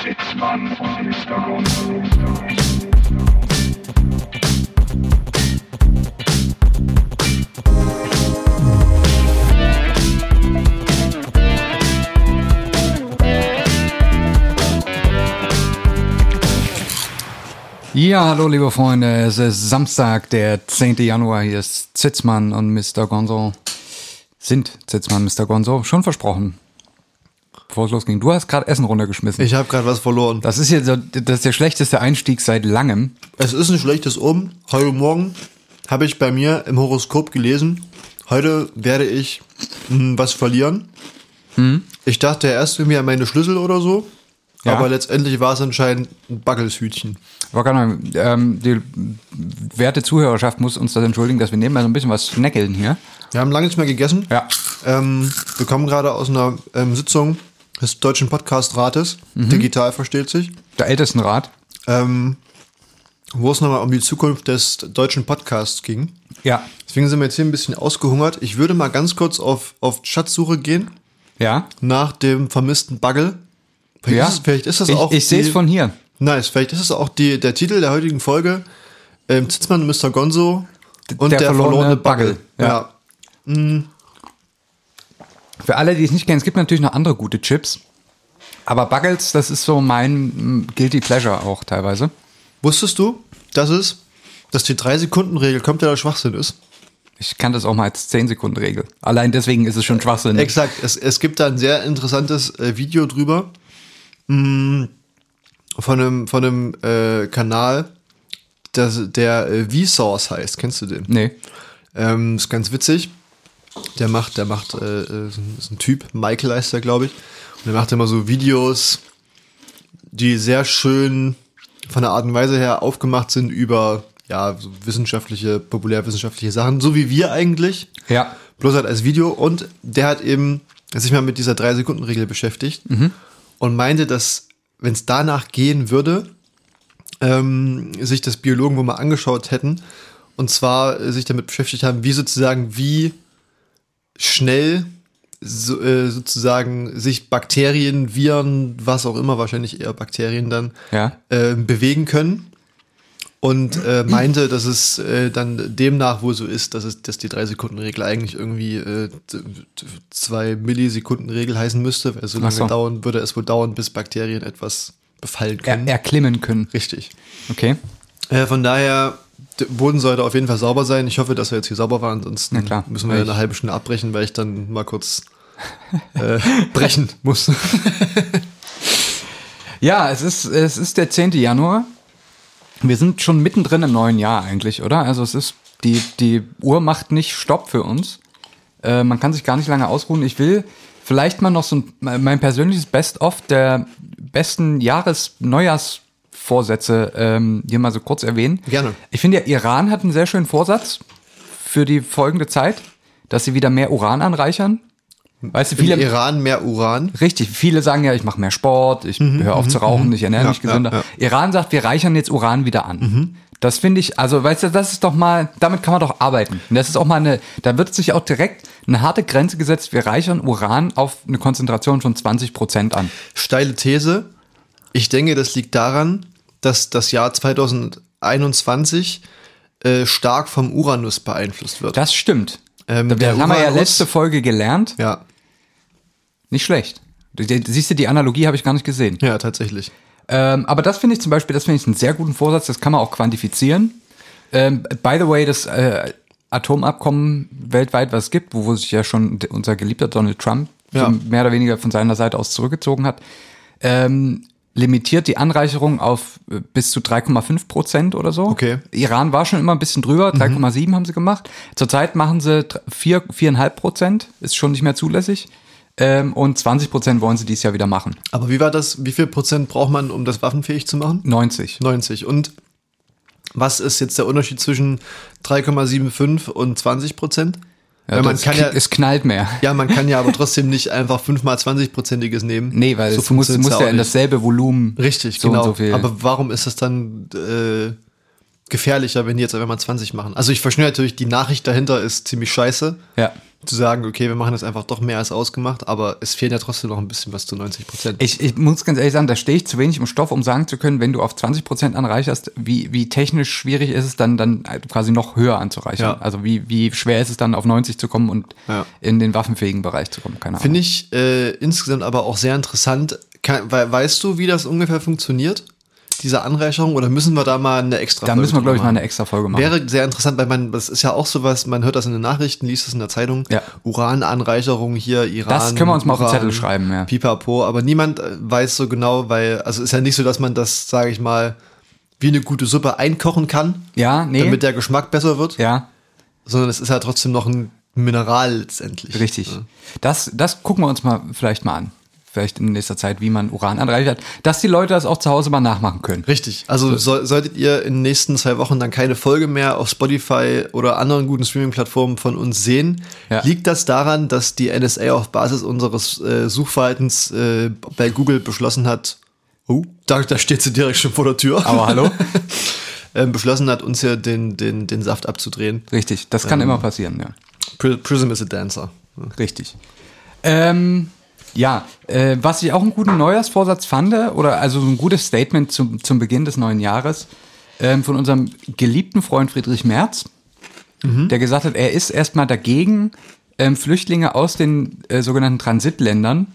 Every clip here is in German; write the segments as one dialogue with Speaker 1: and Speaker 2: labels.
Speaker 1: Sitzmann vom Hintergrund.
Speaker 2: Ja, hallo liebe Freunde, es ist Samstag, der 10. Januar, hier ist Zitzmann und Mr. Gonzo. Sind Zitzmann, Mr. Gonzo, schon versprochen. Bevor es losging, du hast gerade Essen runtergeschmissen.
Speaker 3: Ich habe gerade was verloren.
Speaker 2: das ist jetzt so, das ist der schlechteste Einstieg seit langem.
Speaker 3: Es ist ein schlechtes Um. Heute Morgen habe ich bei mir im Horoskop gelesen, heute werde ich hm, was verlieren. Ich dachte erst irgendwie an meine Schlüssel oder so,
Speaker 2: Hm? Ja.
Speaker 3: aber letztendlich war es anscheinend ein Backelshütchen.
Speaker 2: Aber keine Ahnung, ähm, die werte Zuhörerschaft muss uns das entschuldigen, dass wir nebenbei so ein bisschen was schnäckeln hier.
Speaker 3: Wir haben lange nichts mehr gegessen.
Speaker 2: Ja.
Speaker 3: Ähm, wir kommen gerade aus einer ähm, Sitzung des Deutschen Podcast-Rates,
Speaker 2: Mhm.
Speaker 3: digital versteht sich,
Speaker 2: Der Ältestenrat.
Speaker 3: ähm, wo es nochmal um die Zukunft des deutschen Podcasts ging.
Speaker 2: Ja.
Speaker 3: Deswegen sind wir jetzt hier ein bisschen ausgehungert. Ich würde mal ganz kurz auf, auf Schatzsuche gehen
Speaker 2: Ja.
Speaker 3: nach dem vermissten Bagel. Vielleicht,
Speaker 2: ja.
Speaker 3: ist, es- vielleicht ist das
Speaker 2: ich,
Speaker 3: auch.
Speaker 2: Ich sehe es
Speaker 3: die-
Speaker 2: von hier.
Speaker 3: Nice, vielleicht ist es auch die, der Titel der heutigen Folge. Ähm, Zitzmann, Mr. Gonzo und
Speaker 2: der
Speaker 3: der,
Speaker 2: verlorene
Speaker 3: verlorene Bagel.
Speaker 2: Bagel. Ja.
Speaker 3: ja.
Speaker 2: Für alle, die es nicht kennen, es gibt natürlich noch andere gute Chips. Aber Buggles, das ist so mein mm, Guilty Pleasure auch teilweise.
Speaker 3: Wusstest du, dass es, dass die 3-Sekunden-Regel kompletter Schwachsinn ist?
Speaker 2: Ich kann das auch mal als 10-Sekunden-Regel. Allein deswegen ist es schon Schwachsinn.
Speaker 3: Exakt. Es, es gibt da ein sehr interessantes äh, Video drüber mh, von einem, von einem äh, Kanal, das, der äh, Vsauce heißt. Kennst du den?
Speaker 2: nee.
Speaker 3: Ähm, ist ganz witzig. Der macht, der macht, äh, äh, ist ein- ist ein Typ, Michael heißt er, glaube ich. Und der macht immer so Videos, die sehr schön von der Art und Weise her aufgemacht sind über ja, so wissenschaftliche, populärwissenschaftliche Sachen, so wie wir eigentlich.
Speaker 2: Ja.
Speaker 3: Bloß halt als Video. Und der hat eben sich mal mit dieser 3-Sekunden-Regel beschäftigt und meinte, dass, wenn es danach gehen würde, ähm, sich das Biologen wohl mal angeschaut hätten. Und zwar äh, sich damit beschäftigt haben, wie sozusagen, wie schnell so, äh, sozusagen sich Bakterien, Viren, was auch immer, wahrscheinlich eher Bakterien dann,
Speaker 2: Ja.
Speaker 3: äh, bewegen können. Und äh, meinte, dass es äh, dann demnach wohl so ist, dass, es, dass die 3-Sekunden-Regel eigentlich irgendwie äh, 2-Millisekunden-Regel heißen müsste, weil so lange
Speaker 2: so.
Speaker 3: dauern würde es wohl dauern, bis Bakterien etwas befallen
Speaker 2: Er,
Speaker 3: können.
Speaker 2: erklimmen können.
Speaker 3: Richtig.
Speaker 2: Okay.
Speaker 3: Äh, von daher, der Boden sollte auf jeden Fall sauber sein. Ich hoffe, dass wir jetzt hier sauber waren, ansonsten
Speaker 2: Na klar.
Speaker 3: müssen wir
Speaker 2: Ich-
Speaker 3: eine halbe Stunde abbrechen, weil ich dann mal kurz äh, brechen muss.
Speaker 2: Ja, es ist, es ist der 10. Januar. Wir sind schon mittendrin im neuen Jahr eigentlich, oder? Also es ist, die, die Uhr macht nicht Stopp für uns. Äh, man kann sich gar nicht lange ausruhen. Ich will vielleicht mal noch so ein, mein persönliches Best-of der besten Jahres-Neujahrsvorsätze ähm, hier mal so kurz erwähnen.
Speaker 3: Gerne.
Speaker 2: Ich finde ja, Iran hat einen sehr schönen Vorsatz für die folgende Zeit, dass sie wieder mehr Uran anreichern. Weißt du,
Speaker 3: Im
Speaker 2: viele,
Speaker 3: Iran mehr Uran.
Speaker 2: Richtig, viele sagen ja, ich mache mehr Sport, ich höre auf zu rauchen, ich ernähre
Speaker 3: Mhm, Ja,
Speaker 2: mich gesünder.
Speaker 3: ja, Mhm.
Speaker 2: Iran sagt, wir reichern jetzt Uran wieder an. Das finde ich, also weißt du, das ist doch mal, damit kann man doch arbeiten. Und das ist auch mal eine, da wird sich auch direkt eine harte Grenze gesetzt, wir reichern Uran auf eine Konzentration von 20 Prozent an.
Speaker 3: Steile These. Ich denke, das liegt daran, dass das Jahr 2021 äh, stark vom Uranus beeinflusst wird.
Speaker 2: Das stimmt.
Speaker 3: Ähm,
Speaker 2: das
Speaker 3: der
Speaker 2: haben wir ja
Speaker 3: Uranus-
Speaker 2: letzte Folge gelernt.
Speaker 3: Ja,
Speaker 2: Nicht schlecht. Die- die- Siehst du, die Analogie habe ich gar nicht gesehen.
Speaker 3: ja, tatsächlich.
Speaker 2: Ähm, aber das finde ich zum Beispiel, das finde ich einen sehr guten Vorsatz, das kann man auch quantifizieren. Ähm, by the way, das äh, Atomabkommen weltweit, was es gibt, wo, wo sich ja schon d- unser geliebter Donald Trump
Speaker 3: Ja.
Speaker 2: so mehr oder weniger von seiner Seite aus zurückgezogen hat, ähm, limitiert die Anreicherung auf äh, bis zu 3,5 Prozent oder so.
Speaker 3: Okay. Mhm.
Speaker 2: Iran war schon immer ein bisschen drüber, 3,7 haben sie gemacht. Zurzeit machen sie dr- vier- 4,5 Prozent, ist schon nicht mehr zulässig. Ähm, und 20 Prozent wollen sie dieses Jahr wieder machen.
Speaker 3: Aber wie war das? Wie viel Prozent braucht man, um das waffenfähig zu machen?
Speaker 2: 90.
Speaker 3: 90. Und was ist jetzt der Unterschied zwischen 3,75 und 20 Prozent?
Speaker 2: Ja,
Speaker 3: Weil man
Speaker 2: das
Speaker 3: kann
Speaker 2: kli-
Speaker 3: ja,
Speaker 2: es knallt mehr.
Speaker 3: ja, man kann ja aber trotzdem nicht einfach 5 mal 20-prozentiges nehmen.
Speaker 2: Nee, weil es muss,
Speaker 3: funktioniert's
Speaker 2: muss ja
Speaker 3: auch
Speaker 2: in
Speaker 3: nicht.
Speaker 2: dasselbe Volumen.
Speaker 3: Richtig,
Speaker 2: so
Speaker 3: genau.
Speaker 2: Und so viel.
Speaker 3: Aber warum ist das dann äh, gefährlicher, wenn die jetzt einfach mal 20 machen? Also ich verstehe natürlich, die Nachricht dahinter ist ziemlich scheiße.
Speaker 2: ja.
Speaker 3: zu sagen, okay, wir machen das einfach doch mehr als ausgemacht, aber es fehlt ja trotzdem noch ein bisschen was zu 90 Prozent.
Speaker 2: Ich, ich muss ganz ehrlich sagen, da stehe ich zu wenig im Stoff, um sagen zu können, wenn du auf 20% anreicherst, wie, wie technisch schwierig ist es dann, dann quasi noch höher anzureichern.
Speaker 3: Ja.
Speaker 2: Also wie, wie schwer ist es dann auf 90 zu kommen und
Speaker 3: Ja.
Speaker 2: in den waffenfähigen Bereich zu kommen, keine Ahnung.
Speaker 3: Finde ich äh, insgesamt aber auch sehr interessant. Kann, we weißt du, wie das ungefähr funktioniert, diese Anreicherung, oder müssen wir da mal eine extra
Speaker 2: da müssen wir,
Speaker 3: drüber
Speaker 2: glaube ich, mal
Speaker 3: machen?
Speaker 2: eine extra Folge machen.
Speaker 3: Wäre sehr interessant, weil man, das ist ja auch sowas, man hört das in den Nachrichten, liest es in der Zeitung,
Speaker 2: Ja.
Speaker 3: Urananreicherung hier, Iran.
Speaker 2: Das können wir uns mal auf den
Speaker 3: Uran,
Speaker 2: Zettel schreiben, ja.
Speaker 3: Pipapo, aber niemand äh, weiß so genau, weil, also ist ja nicht so, dass man das, sage ich mal, wie eine gute Suppe einkochen kann,
Speaker 2: ja, nee.
Speaker 3: damit der Geschmack besser wird,
Speaker 2: ja,
Speaker 3: sondern es ist ja trotzdem noch ein Mineral letztendlich.
Speaker 2: richtig.
Speaker 3: Ja.
Speaker 2: Das, das gucken wir uns mal vielleicht mal an. Vielleicht in nächster Zeit, wie man Uran anreichert, dass die Leute das auch zu Hause mal nachmachen können.
Speaker 3: Richtig. Also so, solltet ihr in den nächsten zwei Wochen dann keine Folge mehr auf Spotify oder anderen guten Streaming-Plattformen von uns sehen,
Speaker 2: Ja.
Speaker 3: liegt das daran, dass die NSA auf Basis unseres äh, Suchverhaltens äh, bei Google beschlossen hat, oh, da, da steht sie direkt schon vor der Tür,
Speaker 2: Aber hallo?
Speaker 3: ähm, beschlossen hat, uns hier den, den, den Saft abzudrehen.
Speaker 2: Richtig, das kann immer passieren, ja.
Speaker 3: Pri- Prism is a dancer.
Speaker 2: Richtig. Ähm, ja, äh, was ich auch einen guten Neujahrsvorsatz fand, oder also so ein gutes Statement zum, zum Beginn des neuen Jahres, ähm, von unserem geliebten Freund Friedrich Merz, der gesagt hat, er ist erstmal dagegen, ähm, Flüchtlinge aus den äh, sogenannten Transitländern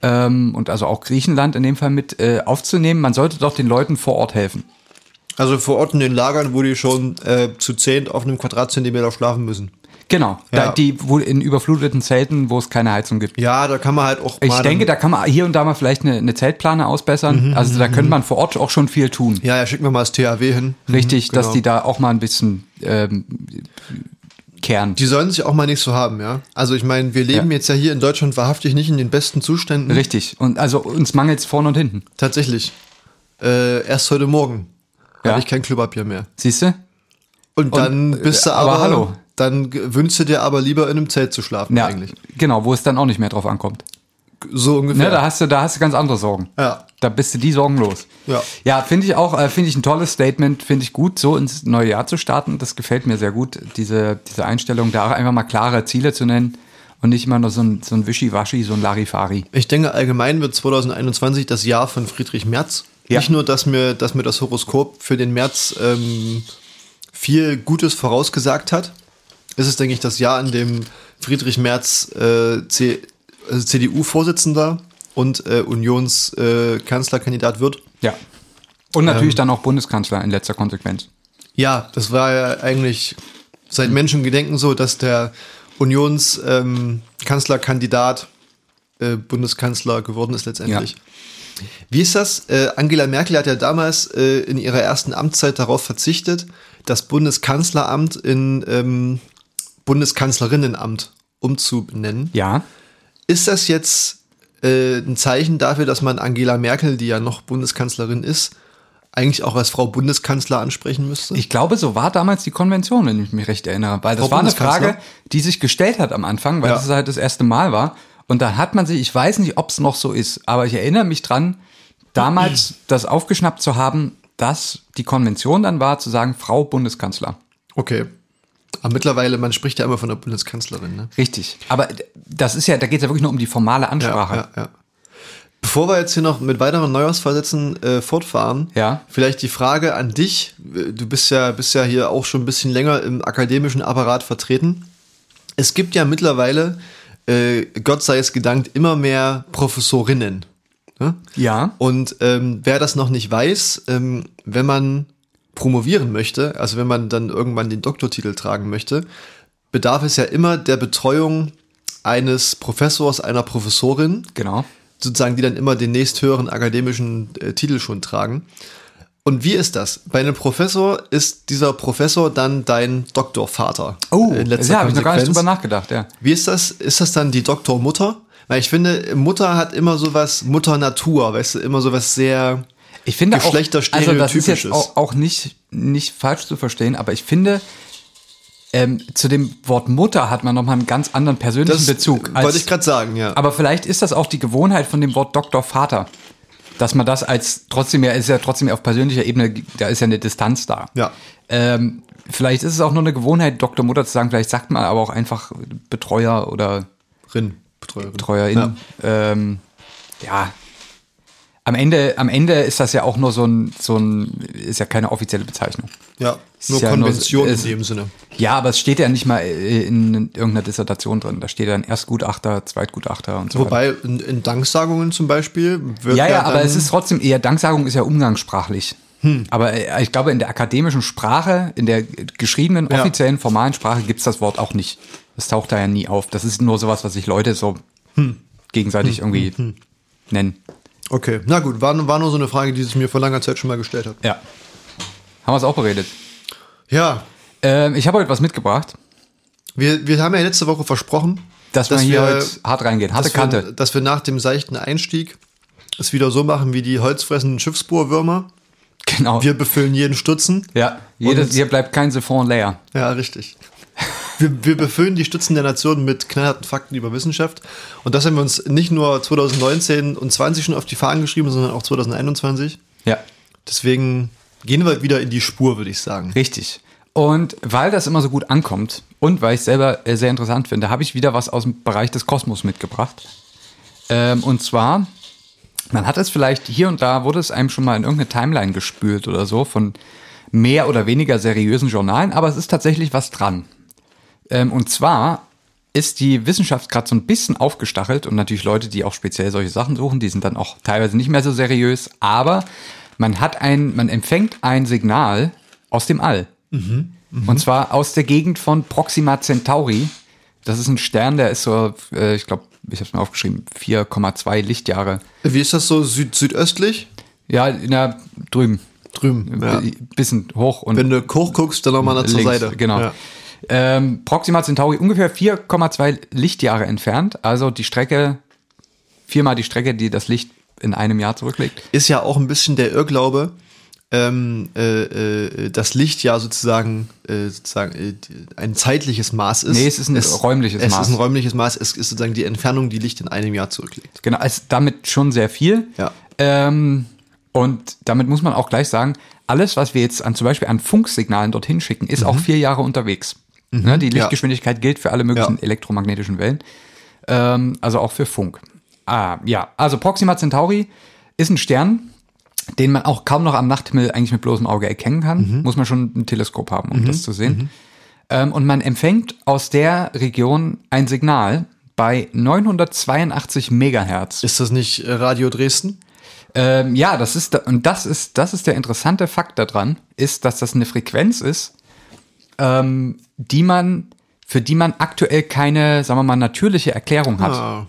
Speaker 2: ähm, und also auch Griechenland in dem Fall mit äh, aufzunehmen. Man sollte doch den Leuten vor Ort helfen.
Speaker 3: Also vor Ort in den Lagern, wo die schon äh, zu zehn auf einem Quadratzentimeter schlafen müssen.
Speaker 2: Genau, da,
Speaker 3: Ja.
Speaker 2: die wo in überfluteten Zelten, wo es keine Heizung gibt.
Speaker 3: Ja, da kann man halt auch
Speaker 2: Ich
Speaker 3: mal
Speaker 2: denke,
Speaker 3: dann, Mhm,
Speaker 2: da kann man hier und da mal vielleicht eine, eine Zeltplane ausbessern. also da könnte man vor Ort auch schon viel tun.
Speaker 3: ja, ja, schicken wir mal das THW hin.
Speaker 2: Richtig, dass
Speaker 3: genau.
Speaker 2: die da auch mal ein bisschen ähm, kehren.
Speaker 3: Die sollen sich auch mal nicht so haben, ja. Also ich meine, wir leben
Speaker 2: Ja.
Speaker 3: jetzt ja hier in Deutschland wahrhaftig nicht in den besten Zuständen.
Speaker 2: Richtig. Und also uns mangelt es vorne und hinten.
Speaker 3: Tatsächlich. Äh, erst heute Morgen
Speaker 2: Ja.
Speaker 3: habe ich kein Klopapier mehr.
Speaker 2: Siehst du?
Speaker 3: Und dann bist
Speaker 2: äh,
Speaker 3: du
Speaker 2: aber
Speaker 3: aber,
Speaker 2: hallo.
Speaker 3: dann g- wünschst du dir aber lieber in einem Zelt zu schlafen
Speaker 2: Ja,
Speaker 3: eigentlich.
Speaker 2: genau, wo es dann auch nicht mehr drauf ankommt.
Speaker 3: So ungefähr.
Speaker 2: Ne, da, hast du, da hast du ganz andere Sorgen.
Speaker 3: Ja.
Speaker 2: Da bist du die Sorgen los.
Speaker 3: Ja.
Speaker 2: ja finde ich auch, äh, finde ich ein tolles Statement, finde ich gut, so ins neue Jahr zu starten. Das gefällt mir sehr gut, diese, diese Einstellung, da auch einfach mal klare Ziele zu nennen und nicht immer nur so ein, so ein Wischiwaschi, so ein Larifari.
Speaker 3: ich denke, allgemein wird 2021 das Jahr von Friedrich Merz.
Speaker 2: Ja.
Speaker 3: Nicht nur, dass mir, dass mir das Horoskop für den März ähm, viel Gutes vorausgesagt hat, ist es, denke ich, das Jahr, in dem Friedrich Merz äh, C- also CDU-Vorsitzender und äh, Unionskanzlerkandidat äh, Kanzlerkandidat wird.
Speaker 2: Ja. Und
Speaker 3: Ähm.
Speaker 2: natürlich dann auch Bundeskanzler in letzter Konsequenz.
Speaker 3: Ja, das war ja eigentlich seit Menschengedenken so, dass der Unionskanzlerkandidat ähm, Kanzlerkandidat, äh, Bundeskanzler geworden ist letztendlich. Wie ist das? Äh, Angela Merkel hat ja damals äh, in ihrer ersten Amtszeit darauf verzichtet, das Bundeskanzleramt in ähm, Bundeskanzlerinnenamt umzubenennen.
Speaker 2: Ja.
Speaker 3: Ist das jetzt äh, ein Zeichen dafür, dass man Angela Merkel, die ja noch Bundeskanzlerin ist, eigentlich auch als Frau Bundeskanzler ansprechen müsste?
Speaker 2: Ich glaube, so war damals die Konvention, wenn ich mich recht erinnere. Weil das
Speaker 3: Frau
Speaker 2: war eine
Speaker 3: Bundeskanzler?
Speaker 2: Frage, die sich gestellt hat am Anfang, weil
Speaker 3: Ja.
Speaker 2: das halt das erste Mal war. Und dann hat man sich, ich weiß nicht, ob es noch so ist, aber ich erinnere mich dran, damals das aufgeschnappt zu haben, dass die Konvention dann war, zu sagen, Frau Bundeskanzler.
Speaker 3: Okay. Aber mittlerweile, man spricht ja immer von der Bundeskanzlerin, ne?
Speaker 2: Richtig. Aber das ist ja, da geht es ja wirklich nur um die formale Ansprache.
Speaker 3: ja, ja. Bevor wir jetzt hier noch mit weiteren Neujahrsvorsätzen äh, fortfahren,
Speaker 2: Ja.
Speaker 3: vielleicht die Frage an dich. Du bist ja, bist ja hier auch schon ein bisschen länger im akademischen Apparat vertreten. Es gibt ja mittlerweile, äh, Gott sei es gedankt, immer mehr Professorinnen. Ne?
Speaker 2: Ja.
Speaker 3: Und ähm, wer das noch nicht weiß, ähm, wenn man promovieren möchte, also wenn man dann irgendwann den Doktortitel tragen möchte, bedarf es ja immer der Betreuung eines Professors, einer Professorin,
Speaker 2: Genau.
Speaker 3: sozusagen, die dann immer den nächsthöheren akademischen äh, Titel schon tragen. Und wie ist das? Bei einem Professor ist dieser Professor dann dein Doktorvater. äh,
Speaker 2: Oh,
Speaker 3: in letzter
Speaker 2: ja, habe ich noch gar nicht
Speaker 3: Konsequenz.
Speaker 2: drüber nachgedacht, ja.
Speaker 3: Wie ist das? Ist das dann die Doktormutter? Weil ich finde, Mutter hat immer sowas, Mutter Natur, weißt du, immer sowas sehr.
Speaker 2: Ich finde auch, also das ist jetzt
Speaker 3: Geschlechterstereotypisches.
Speaker 2: auch, auch nicht, nicht falsch zu verstehen, aber ich finde, ähm, zu dem Wort Mutter hat man nochmal einen ganz anderen persönlichen Bezug.
Speaker 3: wollte ich gerade sagen, ja.
Speaker 2: aber vielleicht ist das auch die Gewohnheit von dem Wort Doktor Vater. dass man das als trotzdem ja ist ja trotzdem auf persönlicher Ebene, da ist ja eine Distanz da.
Speaker 3: Ja.
Speaker 2: Ähm, vielleicht ist es auch nur eine Gewohnheit, Dr. Mutter zu sagen, vielleicht sagt man aber auch einfach Betreuer oder
Speaker 3: Rin, Betreuerin.
Speaker 2: Betreuerin. Ja. Ähm, ja. Am Ende, am Ende ist das ja auch nur so ein, so ein, ist ja keine offizielle Bezeichnung.
Speaker 3: Ja,
Speaker 2: Es
Speaker 3: nur
Speaker 2: ist ja nur-
Speaker 3: Konvention
Speaker 2: es-
Speaker 3: in dem Sinne.
Speaker 2: Ja, aber es steht ja nicht mal äh, in irgendeiner Dissertation drin. Da steht dann Erstgutachter, Zweitgutachter und so weiter.
Speaker 3: Wobei in, in Danksagungen zum Beispiel wird
Speaker 2: Ja, ja, aber
Speaker 3: dann- Hm.
Speaker 2: es ist trotzdem eher, Danksagung ist ja umgangssprachlich. Aber äh, ich glaube, in der akademischen Sprache, in der geschriebenen,
Speaker 3: Ja.
Speaker 2: offiziellen, formalen Sprache gibt's das Wort auch nicht. Das taucht da ja nie auf. Das ist nur sowas, was sich Leute so
Speaker 3: Hm.
Speaker 2: gegenseitig irgendwie nennen.
Speaker 3: Okay, na gut, war, nur- war nur so eine Frage, die sich mir vor langer Zeit schon mal gestellt hat.
Speaker 2: Ja. Haben wir es auch beredet.
Speaker 3: Ja,
Speaker 2: Ähm, ich habe heute was mitgebracht,
Speaker 3: wir, wir haben ja letzte Woche versprochen,
Speaker 2: dass, man hier
Speaker 3: wir,
Speaker 2: heute hart reingehen. Harte
Speaker 3: dass,
Speaker 2: Kante.
Speaker 3: wir, dass wir nach dem seichten Einstieg es wieder so machen wie die holzfressenden Schiffsbohrwürmer.
Speaker 2: genau.
Speaker 3: Wir befüllen jeden Stutzen.
Speaker 2: ja, jedes,
Speaker 3: Und-
Speaker 2: hier bleibt kein Siphon leer.
Speaker 3: Ja, richtig. Wir, wir befüllen die Stützen der Nation mit knallharten Fakten über Wissenschaft. Und das haben wir uns nicht nur 2019 und 20 schon auf die Fahnen geschrieben, sondern auch 2021.
Speaker 2: Ja.
Speaker 3: Deswegen gehen wir wieder in die Spur, würde ich sagen.
Speaker 2: Richtig. Und weil das immer so gut ankommt und weil ich es selber äh, sehr interessant finde, habe ich wieder was aus dem Bereich des Kosmos mitgebracht. Ähm, und zwar, man hat es vielleicht hier und da, wurde es einem schon mal in irgendeine Timeline gespült oder so von mehr oder weniger seriösen Journalen, aber es ist tatsächlich was dran. Ähm, und zwar ist die Wissenschaft gerade so ein bisschen aufgestachelt und natürlich Leute, die auch speziell solche Sachen suchen, die sind dann auch teilweise nicht mehr so seriös, aber man hat ein, man empfängt ein Signal aus dem All.
Speaker 3: Mhm,
Speaker 2: Und zwar aus der Gegend von Proxima Centauri. Das ist ein Stern, der ist so, äh, ich glaube, ich habe es mir aufgeschrieben, 4,2 Lichtjahre.
Speaker 3: Wie ist das so süd südöstlich?
Speaker 2: Ja, na, drüben.
Speaker 3: Drüben. Ja.
Speaker 2: Bi- Bisschen hoch und
Speaker 3: Wenn du hoch guckst, dann nochmal zur
Speaker 2: links,
Speaker 3: Seite.
Speaker 2: Genau.
Speaker 3: Ja.
Speaker 2: Ähm, Proxima Centauri ungefähr 4,2 Lichtjahre entfernt, also die Strecke, viermal die Strecke, die das Licht in einem Jahr zurücklegt.
Speaker 3: Ist ja auch ein bisschen der Irrglaube, ähm, äh, äh, dass Licht ja sozusagen, äh, sozusagen äh, ein zeitliches Maß ist.
Speaker 2: Nee, es ist ein räumliches
Speaker 3: es
Speaker 2: Maß.
Speaker 3: Es ist ein räumliches Maß. Es ist sozusagen die Entfernung, die Licht in einem Jahr zurücklegt.
Speaker 2: Genau, ist damit schon sehr viel.
Speaker 3: Ja.
Speaker 2: Ähm, und damit muss man auch gleich sagen, alles, was wir jetzt an zum Beispiel an Funksignalen dorthin schicken, ist auch vier Jahre unterwegs. Ne, die
Speaker 3: Mhm. ja.
Speaker 2: Lichtgeschwindigkeit gilt für alle möglichen
Speaker 3: Ja.
Speaker 2: elektromagnetischen Wellen, ähm, also auch für Funk. Ah, ja, also Proxima Centauri ist ein Stern, den man auch kaum noch am Nachthimmel eigentlich mit bloßem Auge erkennen kann. Muss man schon ein Teleskop haben, um das zu sehen. Ähm, und man empfängt aus der Region ein Signal bei 982 Megahertz.
Speaker 3: Ist das nicht äh, Radio Dresden?
Speaker 2: Ähm, ja, das ist da, und das ist das ist der interessante Fakt daran, ist, dass das eine Frequenz ist, ähm, die man für die man aktuell keine, sagen wir mal, natürliche Erklärung hat.
Speaker 3: Ah,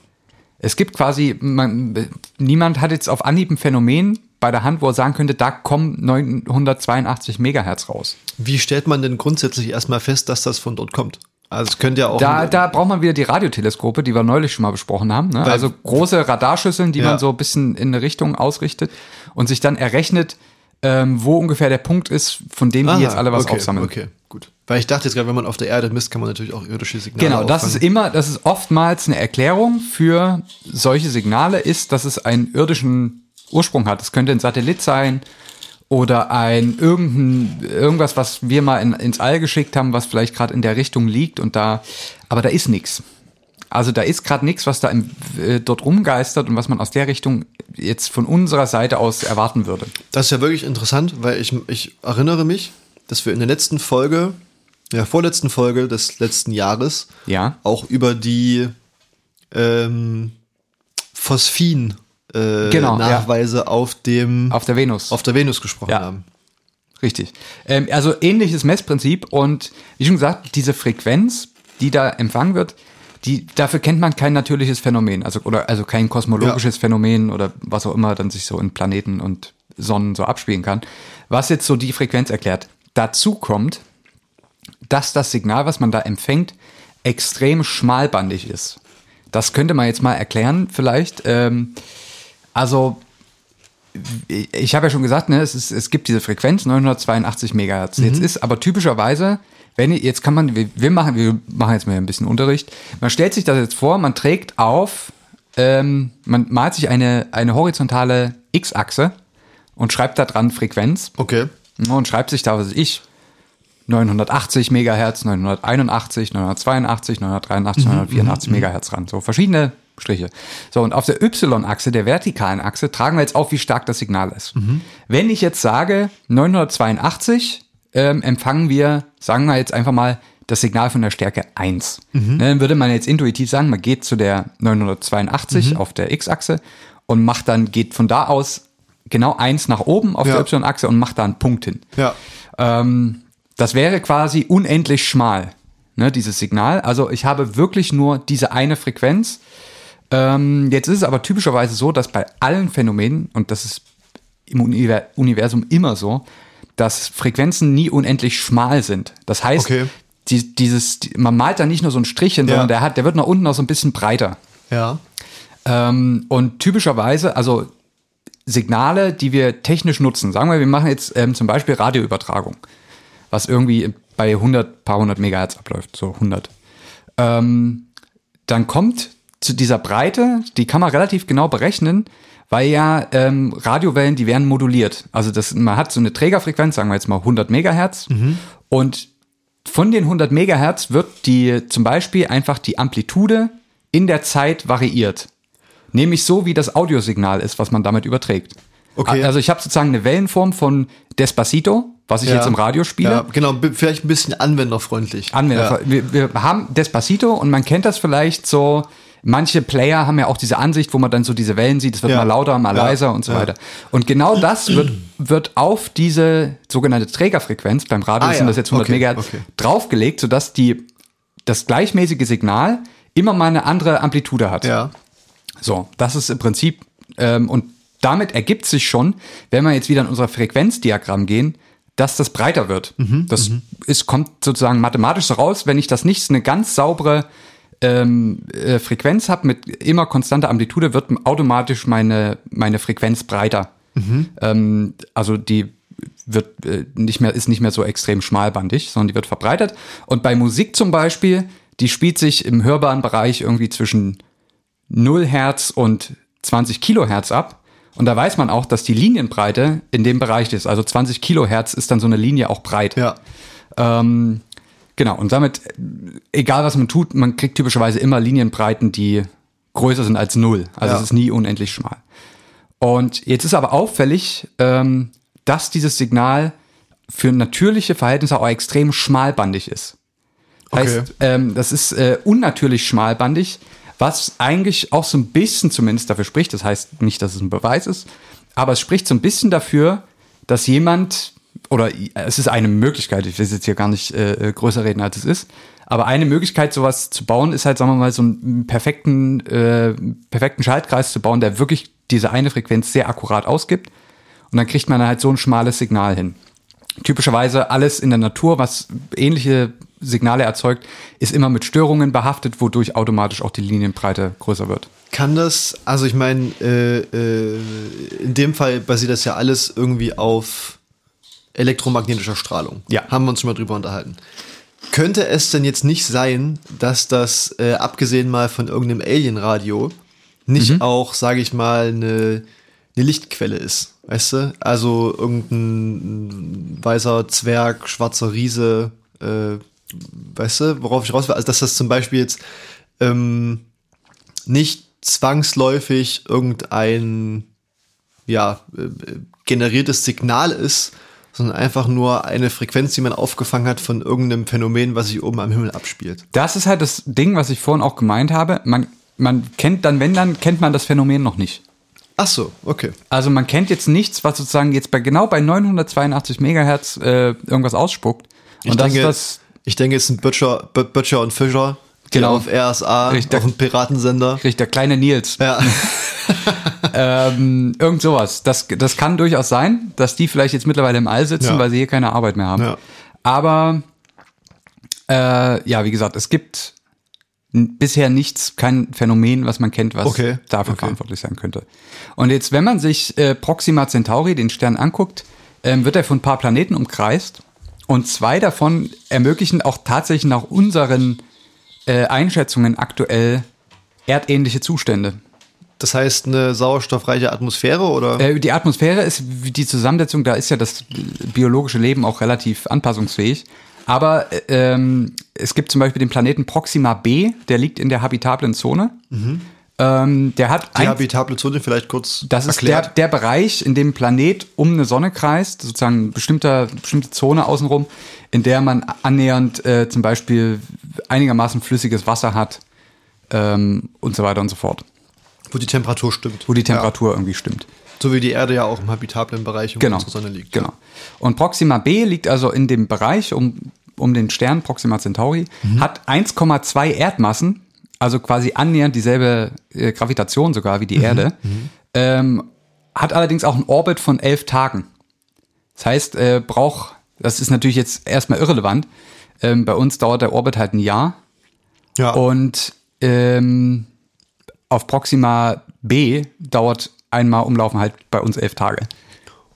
Speaker 2: Es gibt quasi man, niemand hat jetzt auf Anhieb ein Phänomen bei der Hand, wo er sagen könnte, da kommen 982 Megahertz raus.
Speaker 3: wie stellt man denn grundsätzlich erstmal fest, dass das von dort kommt? Also es könnte ja auch
Speaker 2: Da, da braucht man wieder die Radioteleskope, die wir neulich schon mal besprochen haben. Ne? Also große Radarschüsseln, die
Speaker 3: Ja.
Speaker 2: man so ein bisschen in eine Richtung ausrichtet und sich dann errechnet, ähm, wo ungefähr der Punkt ist, von dem
Speaker 3: Ah,
Speaker 2: die jetzt alle was
Speaker 3: okay,
Speaker 2: aufsammeln.
Speaker 3: Okay, gut. Weil ich dachte jetzt gerade, wenn man auf der Erde misst, kann man natürlich auch irdische Signale
Speaker 2: Genau, das ist
Speaker 3: auffangen.
Speaker 2: immer, das ist oftmals eine Erklärung für solche Signale, ist, dass es einen irdischen Ursprung hat. Es könnte ein Satellit sein oder ein irgendein, irgendwas, was wir mal in, ins All geschickt haben, was vielleicht gerade in der Richtung liegt und da, aber da ist nichts. Also da ist gerade nichts, was da im, äh, dort rumgeistert und was man aus der Richtung jetzt von unserer Seite aus erwarten würde.
Speaker 3: Das ist ja wirklich interessant, weil ich, ich erinnere mich, dass wir in der letzten Folge, der vorletzten Folge des letzten Jahres,
Speaker 2: Ja.
Speaker 3: auch über die ähm, Phosphin-Nachweise äh,
Speaker 2: Genau, ja.
Speaker 3: Nachweise auf dem
Speaker 2: Auf der Venus.
Speaker 3: auf der Venus gesprochen
Speaker 2: Ja.
Speaker 3: haben.
Speaker 2: Richtig. Ähm, also ähnliches Messprinzip und wie schon gesagt, diese Frequenz, die da empfangen wird, die, dafür kennt man kein natürliches Phänomen, also oder also kein kosmologisches Phänomen oder was auch immer dann sich so in Planeten und Sonnen so abspielen kann. Was jetzt so die Frequenz erklärt. Dazu kommt, dass das Signal, was man da empfängt, extrem schmalbandig ist. Das könnte man jetzt mal erklären, vielleicht. Ähm, also ich habe ja schon gesagt, ne, es, ist, es gibt diese Frequenz 982 Megahertz. Jetzt ist aber typischerweise, wenn ich, jetzt kann man, wir, wir machen, wir machen jetzt mal ein bisschen Unterricht. Man stellt sich das jetzt vor, man trägt auf ähm, man malt sich eine, eine horizontale X-Achse und schreibt da dran Frequenz
Speaker 3: Okay.
Speaker 2: Ne, und schreibt sich da, was weiß ich, 980 Megahertz, 981, 982, 983, 984 Megahertz ran. So verschiedene Striche. So, und auf der Y-Achse, der vertikalen Achse, tragen wir jetzt auf, wie stark das Signal ist. Wenn ich jetzt sage, 982 ähm, empfangen wir, sagen wir jetzt einfach mal, das Signal von der Stärke 1. Ne, Dann würde man jetzt intuitiv sagen, man geht zu der 982 auf der X-Achse und macht dann, geht von da aus genau 1 nach oben auf
Speaker 3: Ja.
Speaker 2: der Y-Achse und macht da einen Punkt hin.
Speaker 3: Ja.
Speaker 2: Ähm, das wäre quasi unendlich schmal, ne, dieses Signal. Also ich habe wirklich nur diese eine Frequenz. Ähm, jetzt ist es aber typischerweise so, dass bei allen Phänomenen, und das ist im Univer- Universum immer so, dass Frequenzen nie unendlich schmal sind. Das heißt,
Speaker 3: Okay.
Speaker 2: die, dieses, die, man malt da nicht nur so einen Strich hin,
Speaker 3: Ja.
Speaker 2: sondern der, hat, der wird nach unten noch so ein bisschen breiter.
Speaker 3: Ja.
Speaker 2: Ähm, und typischerweise, also Signale, die wir technisch nutzen, sagen wir, wir machen jetzt ähm, zum Beispiel Radioübertragung, was irgendwie bei 100, paar hundert Megahertz abläuft, so 100. Ähm, dann kommt zu dieser Breite, die kann man relativ genau berechnen, weil ja ähm, Radiowellen, die werden moduliert. Also das, man hat so eine Trägerfrequenz, sagen wir jetzt mal 100 Megahertz und von den 100 Megahertz wird die zum Beispiel einfach die Amplitude in der Zeit variiert. Nämlich so, wie das Audiosignal ist, was man damit überträgt.
Speaker 3: Okay.
Speaker 2: Also ich habe sozusagen eine Wellenform von Despacito, was ich
Speaker 3: ja.
Speaker 2: jetzt im Radio spiele.
Speaker 3: Ja, genau, b- vielleicht ein bisschen anwenderfreundlich.
Speaker 2: Anwender. Wir, wir haben Despacito und man kennt das vielleicht so. Manche Player haben ja auch diese Ansicht, wo man dann so diese Wellen sieht, es wird
Speaker 3: Ja.
Speaker 2: mal lauter, mal
Speaker 3: Ja.
Speaker 2: leiser und so
Speaker 3: Ja.
Speaker 2: weiter. Und genau das wird, wird auf diese sogenannte Trägerfrequenz, beim Radio
Speaker 3: Ah,
Speaker 2: sind
Speaker 3: ja.
Speaker 2: das jetzt 100
Speaker 3: Okay,
Speaker 2: Megahertz,
Speaker 3: okay.
Speaker 2: draufgelegt, sodass die, das gleichmäßige Signal immer mal eine andere Amplitude hat.
Speaker 3: Ja.
Speaker 2: So, das ist im Prinzip, ähm, und damit ergibt sich schon, wenn wir jetzt wieder in unser Frequenzdiagramm gehen, dass das breiter wird. Das ist, kommt sozusagen mathematisch so raus, wenn ich das nicht eine ganz saubere ähm, äh, Frequenz habe mit immer konstanter Amplitude, wird automatisch meine, meine Frequenz breiter. Ähm, also die wird äh, nicht mehr, ist nicht mehr so extrem schmalbandig, sondern die wird verbreitert. Und bei Musik zum Beispiel, die spielt sich im hörbaren Bereich irgendwie zwischen 0 Hertz und 20 Kilohertz ab. Und da weiß man auch, dass die Linienbreite in dem Bereich ist. Also 20 Kilohertz ist dann so eine Linie auch breit.
Speaker 3: Ja.
Speaker 2: Ähm, genau, und damit, äh, egal was man tut, man kriegt typischerweise immer Linienbreiten, die größer sind als null. Also
Speaker 3: Ja.
Speaker 2: es ist nie unendlich schmal. Und jetzt ist aber auffällig, ähm, dass dieses Signal für natürliche Verhältnisse auch extrem schmalbandig ist. Heißt,
Speaker 3: Okay.
Speaker 2: ähm, das ist äh, unnatürlich schmalbandig, was eigentlich auch so ein bisschen zumindest dafür spricht, das heißt nicht, dass es ein Beweis ist, aber es spricht so ein bisschen dafür, dass jemand, oder i- es ist eine Möglichkeit, ich will es jetzt hier gar nicht äh, äh, größer reden, als es ist, aber eine Möglichkeit, sowas zu bauen, ist halt, sagen wir mal, so einen perfekten, äh, perfekten Schaltkreis zu bauen, der wirklich diese eine Frequenz sehr akkurat ausgibt. Und dann kriegt man halt so ein schmales Signal hin typischerweise alles in der Natur, was ähnliche Signale erzeugt, ist immer mit Störungen behaftet, wodurch automatisch auch die Linienbreite größer wird.
Speaker 3: Kann das, also ich meine, äh, äh, in dem Fall basiert das ja alles irgendwie auf elektromagnetischer Strahlung.
Speaker 2: Ja.
Speaker 3: Haben wir uns schon mal drüber unterhalten. Könnte es denn jetzt nicht sein, dass das, äh, abgesehen mal von irgendeinem Alien-Radio, nicht auch, sage ich mal, eine, eine Lichtquelle ist? Weißt du? Also irgendein weißer Zwerg, schwarzer Riese, äh, weißt du, worauf ich raus will? Also, dass das zum Beispiel jetzt ähm, nicht zwangsläufig irgendein ja, äh, äh, generiertes Signal ist, sondern einfach nur eine Frequenz, die man aufgefangen hat von irgendeinem Phänomen, was sich oben am Himmel abspielt.
Speaker 2: Das ist halt das Ding, was ich vorhin auch gemeint habe. Man, man kennt dann, wenn dann, kennt man das Phänomen noch nicht.
Speaker 3: Ach so, okay.
Speaker 2: Also man kennt jetzt nichts, was sozusagen jetzt bei genau bei 982 Megahertz äh, irgendwas ausspuckt. Und
Speaker 3: Ich
Speaker 2: das
Speaker 3: denke,
Speaker 2: ist
Speaker 3: ich denke, es sind Butcher, Bu- Butcher und Fischer, die
Speaker 2: Genau.
Speaker 3: auf RSA,
Speaker 2: Ich
Speaker 3: auf
Speaker 2: denk-
Speaker 3: dem Piratensender.
Speaker 2: das, richtig, der kleine Nils.
Speaker 3: Ja,
Speaker 2: Ähm, irgend sowas. Das, das kann durchaus sein, dass die vielleicht jetzt mittlerweile im All sitzen,
Speaker 3: Ja.
Speaker 2: weil sie hier keine Arbeit mehr haben.
Speaker 3: Ja.
Speaker 2: Aber äh, ja, wie gesagt, es gibt n- bisher nichts, kein Phänomen, was man kennt, was
Speaker 3: Okay.
Speaker 2: dafür
Speaker 3: Okay.
Speaker 2: verantwortlich sein könnte. Und jetzt, wenn man sich äh, Proxima Centauri, den Stern, anguckt, ähm, wird er von ein paar Planeten umkreist. Und zwei davon ermöglichen auch tatsächlich nach unseren äh, Einschätzungen aktuell erdähnliche Zustände.
Speaker 3: Das heißt, eine sauerstoffreiche Atmosphäre oder?
Speaker 2: Äh, die Atmosphäre ist wie die Zusammensetzung, da ist ja das biologische Leben auch relativ anpassungsfähig. Aber äh, ähm, es gibt zum Beispiel den Planeten Proxima B, der liegt in der habitablen Zone. Ähm, der hat
Speaker 3: Mhm. die
Speaker 2: ein-
Speaker 3: habitable Zone vielleicht kurz
Speaker 2: das ist der,
Speaker 3: erklärt.
Speaker 2: der Bereich, in dem ein Planet um eine Sonne kreist, sozusagen ein bestimmter, bestimmte Zone außenrum, in der man annähernd äh, zum Beispiel einigermaßen flüssiges Wasser hat ähm, und so weiter und so fort,
Speaker 3: wo die Temperatur stimmt.
Speaker 2: wo die Temperatur irgendwie stimmt.
Speaker 3: Ja, so wie die Erde ja auch im habitablen Bereich um
Speaker 2: Genau.
Speaker 3: unsere Sonne liegt.
Speaker 2: Genau. Und Proxima B liegt also in dem Bereich um, um den Stern Proxima Centauri,
Speaker 3: Mhm.
Speaker 2: hat 1,2 Erdmassen, also quasi annähernd dieselbe äh, Gravitation sogar
Speaker 3: Mhm.
Speaker 2: wie die Erde, ähm, hat allerdings auch einen Orbit von elf Tagen. Das heißt, äh, braucht, das ist natürlich jetzt erstmal irrelevant, ähm, bei uns dauert der Orbit halt ein Jahr
Speaker 3: Ja.
Speaker 2: und ähm, auf Proxima B dauert einmal umlaufen halt bei uns elf Tage.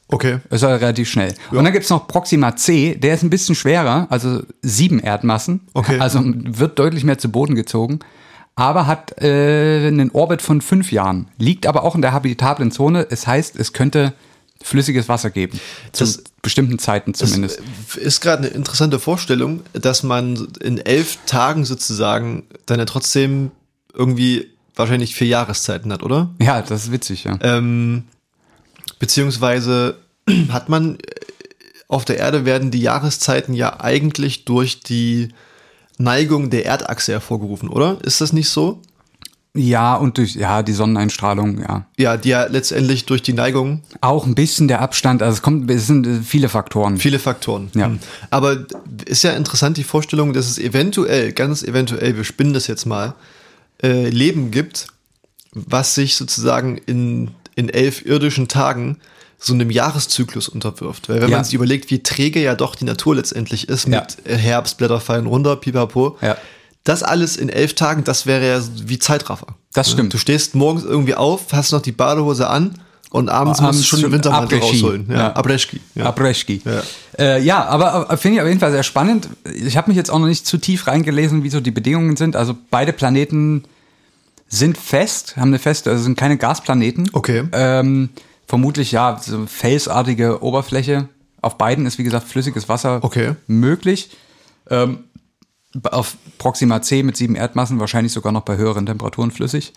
Speaker 3: okay.
Speaker 2: Ist halt relativ schnell. Und dann gibt's noch Proxima C, der ist ein bisschen schwerer, also sieben Erdmassen.
Speaker 3: Okay.
Speaker 2: Also wird deutlich mehr zu Boden gezogen, aber hat äh, einen Orbit von fünf Jahren. Liegt aber auch in der habitablen Zone. Es heißt, es könnte flüssiges Wasser geben. Zu
Speaker 3: Das-
Speaker 2: bestimmten Zeiten zumindest.
Speaker 3: Das ist gerade eine interessante Vorstellung, dass man in elf Tagen sozusagen dann ja trotzdem irgendwie wahrscheinlich vier Jahreszeiten hat, oder?
Speaker 2: ja, das ist witzig, ja.
Speaker 3: Ähm, beziehungsweise hat man äh, auf der Erde werden die Jahreszeiten ja eigentlich durch die Neigung der Erdachse hervorgerufen, oder? Ist das nicht so?
Speaker 2: ja, und durch, ja, die Sonneneinstrahlung, ja.
Speaker 3: Ja, die ja letztendlich durch die Neigung
Speaker 2: Auch ein bisschen der Abstand, also es kommt, es sind äh, viele Faktoren.
Speaker 3: Viele Faktoren.
Speaker 2: Ja.
Speaker 3: Hm. Aber ist ja interessant die Vorstellung, dass es eventuell, ganz eventuell, wir spinnen das jetzt mal, äh, Leben gibt, was sich sozusagen in, in elf irdischen Tagen so einem Jahreszyklus unterwirft. Weil wenn
Speaker 2: Ja.
Speaker 3: man sich überlegt, wie träge ja doch die Natur letztendlich ist
Speaker 2: Ja.
Speaker 3: mit äh, Herbst, Blätter fallen runter, pipapo.
Speaker 2: Ja.
Speaker 3: Das alles in elf Tagen, das wäre ja wie Zeitraffer.
Speaker 2: Das
Speaker 3: Ne?
Speaker 2: stimmt.
Speaker 3: Du stehst morgens irgendwie auf, hast noch die Badehose an und abends,
Speaker 2: Abends
Speaker 3: musst du schon
Speaker 2: schon
Speaker 3: den Wintermantel
Speaker 2: Après-Ski.
Speaker 3: rausholen.
Speaker 2: Ja.
Speaker 3: Abreschki.
Speaker 2: Ja. Abreschki.
Speaker 3: Ja.
Speaker 2: Ja, äh, ja aber äh, finde ich auf jeden Fall sehr spannend. Ich habe mich jetzt auch noch nicht zu tief reingelesen, wie so die Bedingungen sind. Also beide Planeten sind fest, haben eine feste, also sind keine Gasplaneten.
Speaker 3: Okay.
Speaker 2: Ähm, vermutlich ja, so felsartige Oberfläche. Auf beiden ist, wie gesagt, flüssiges Wasser
Speaker 3: Okay.
Speaker 2: möglich. Ähm, auf Proxima C mit sieben Erdmassen wahrscheinlich sogar noch bei höheren Temperaturen flüssig.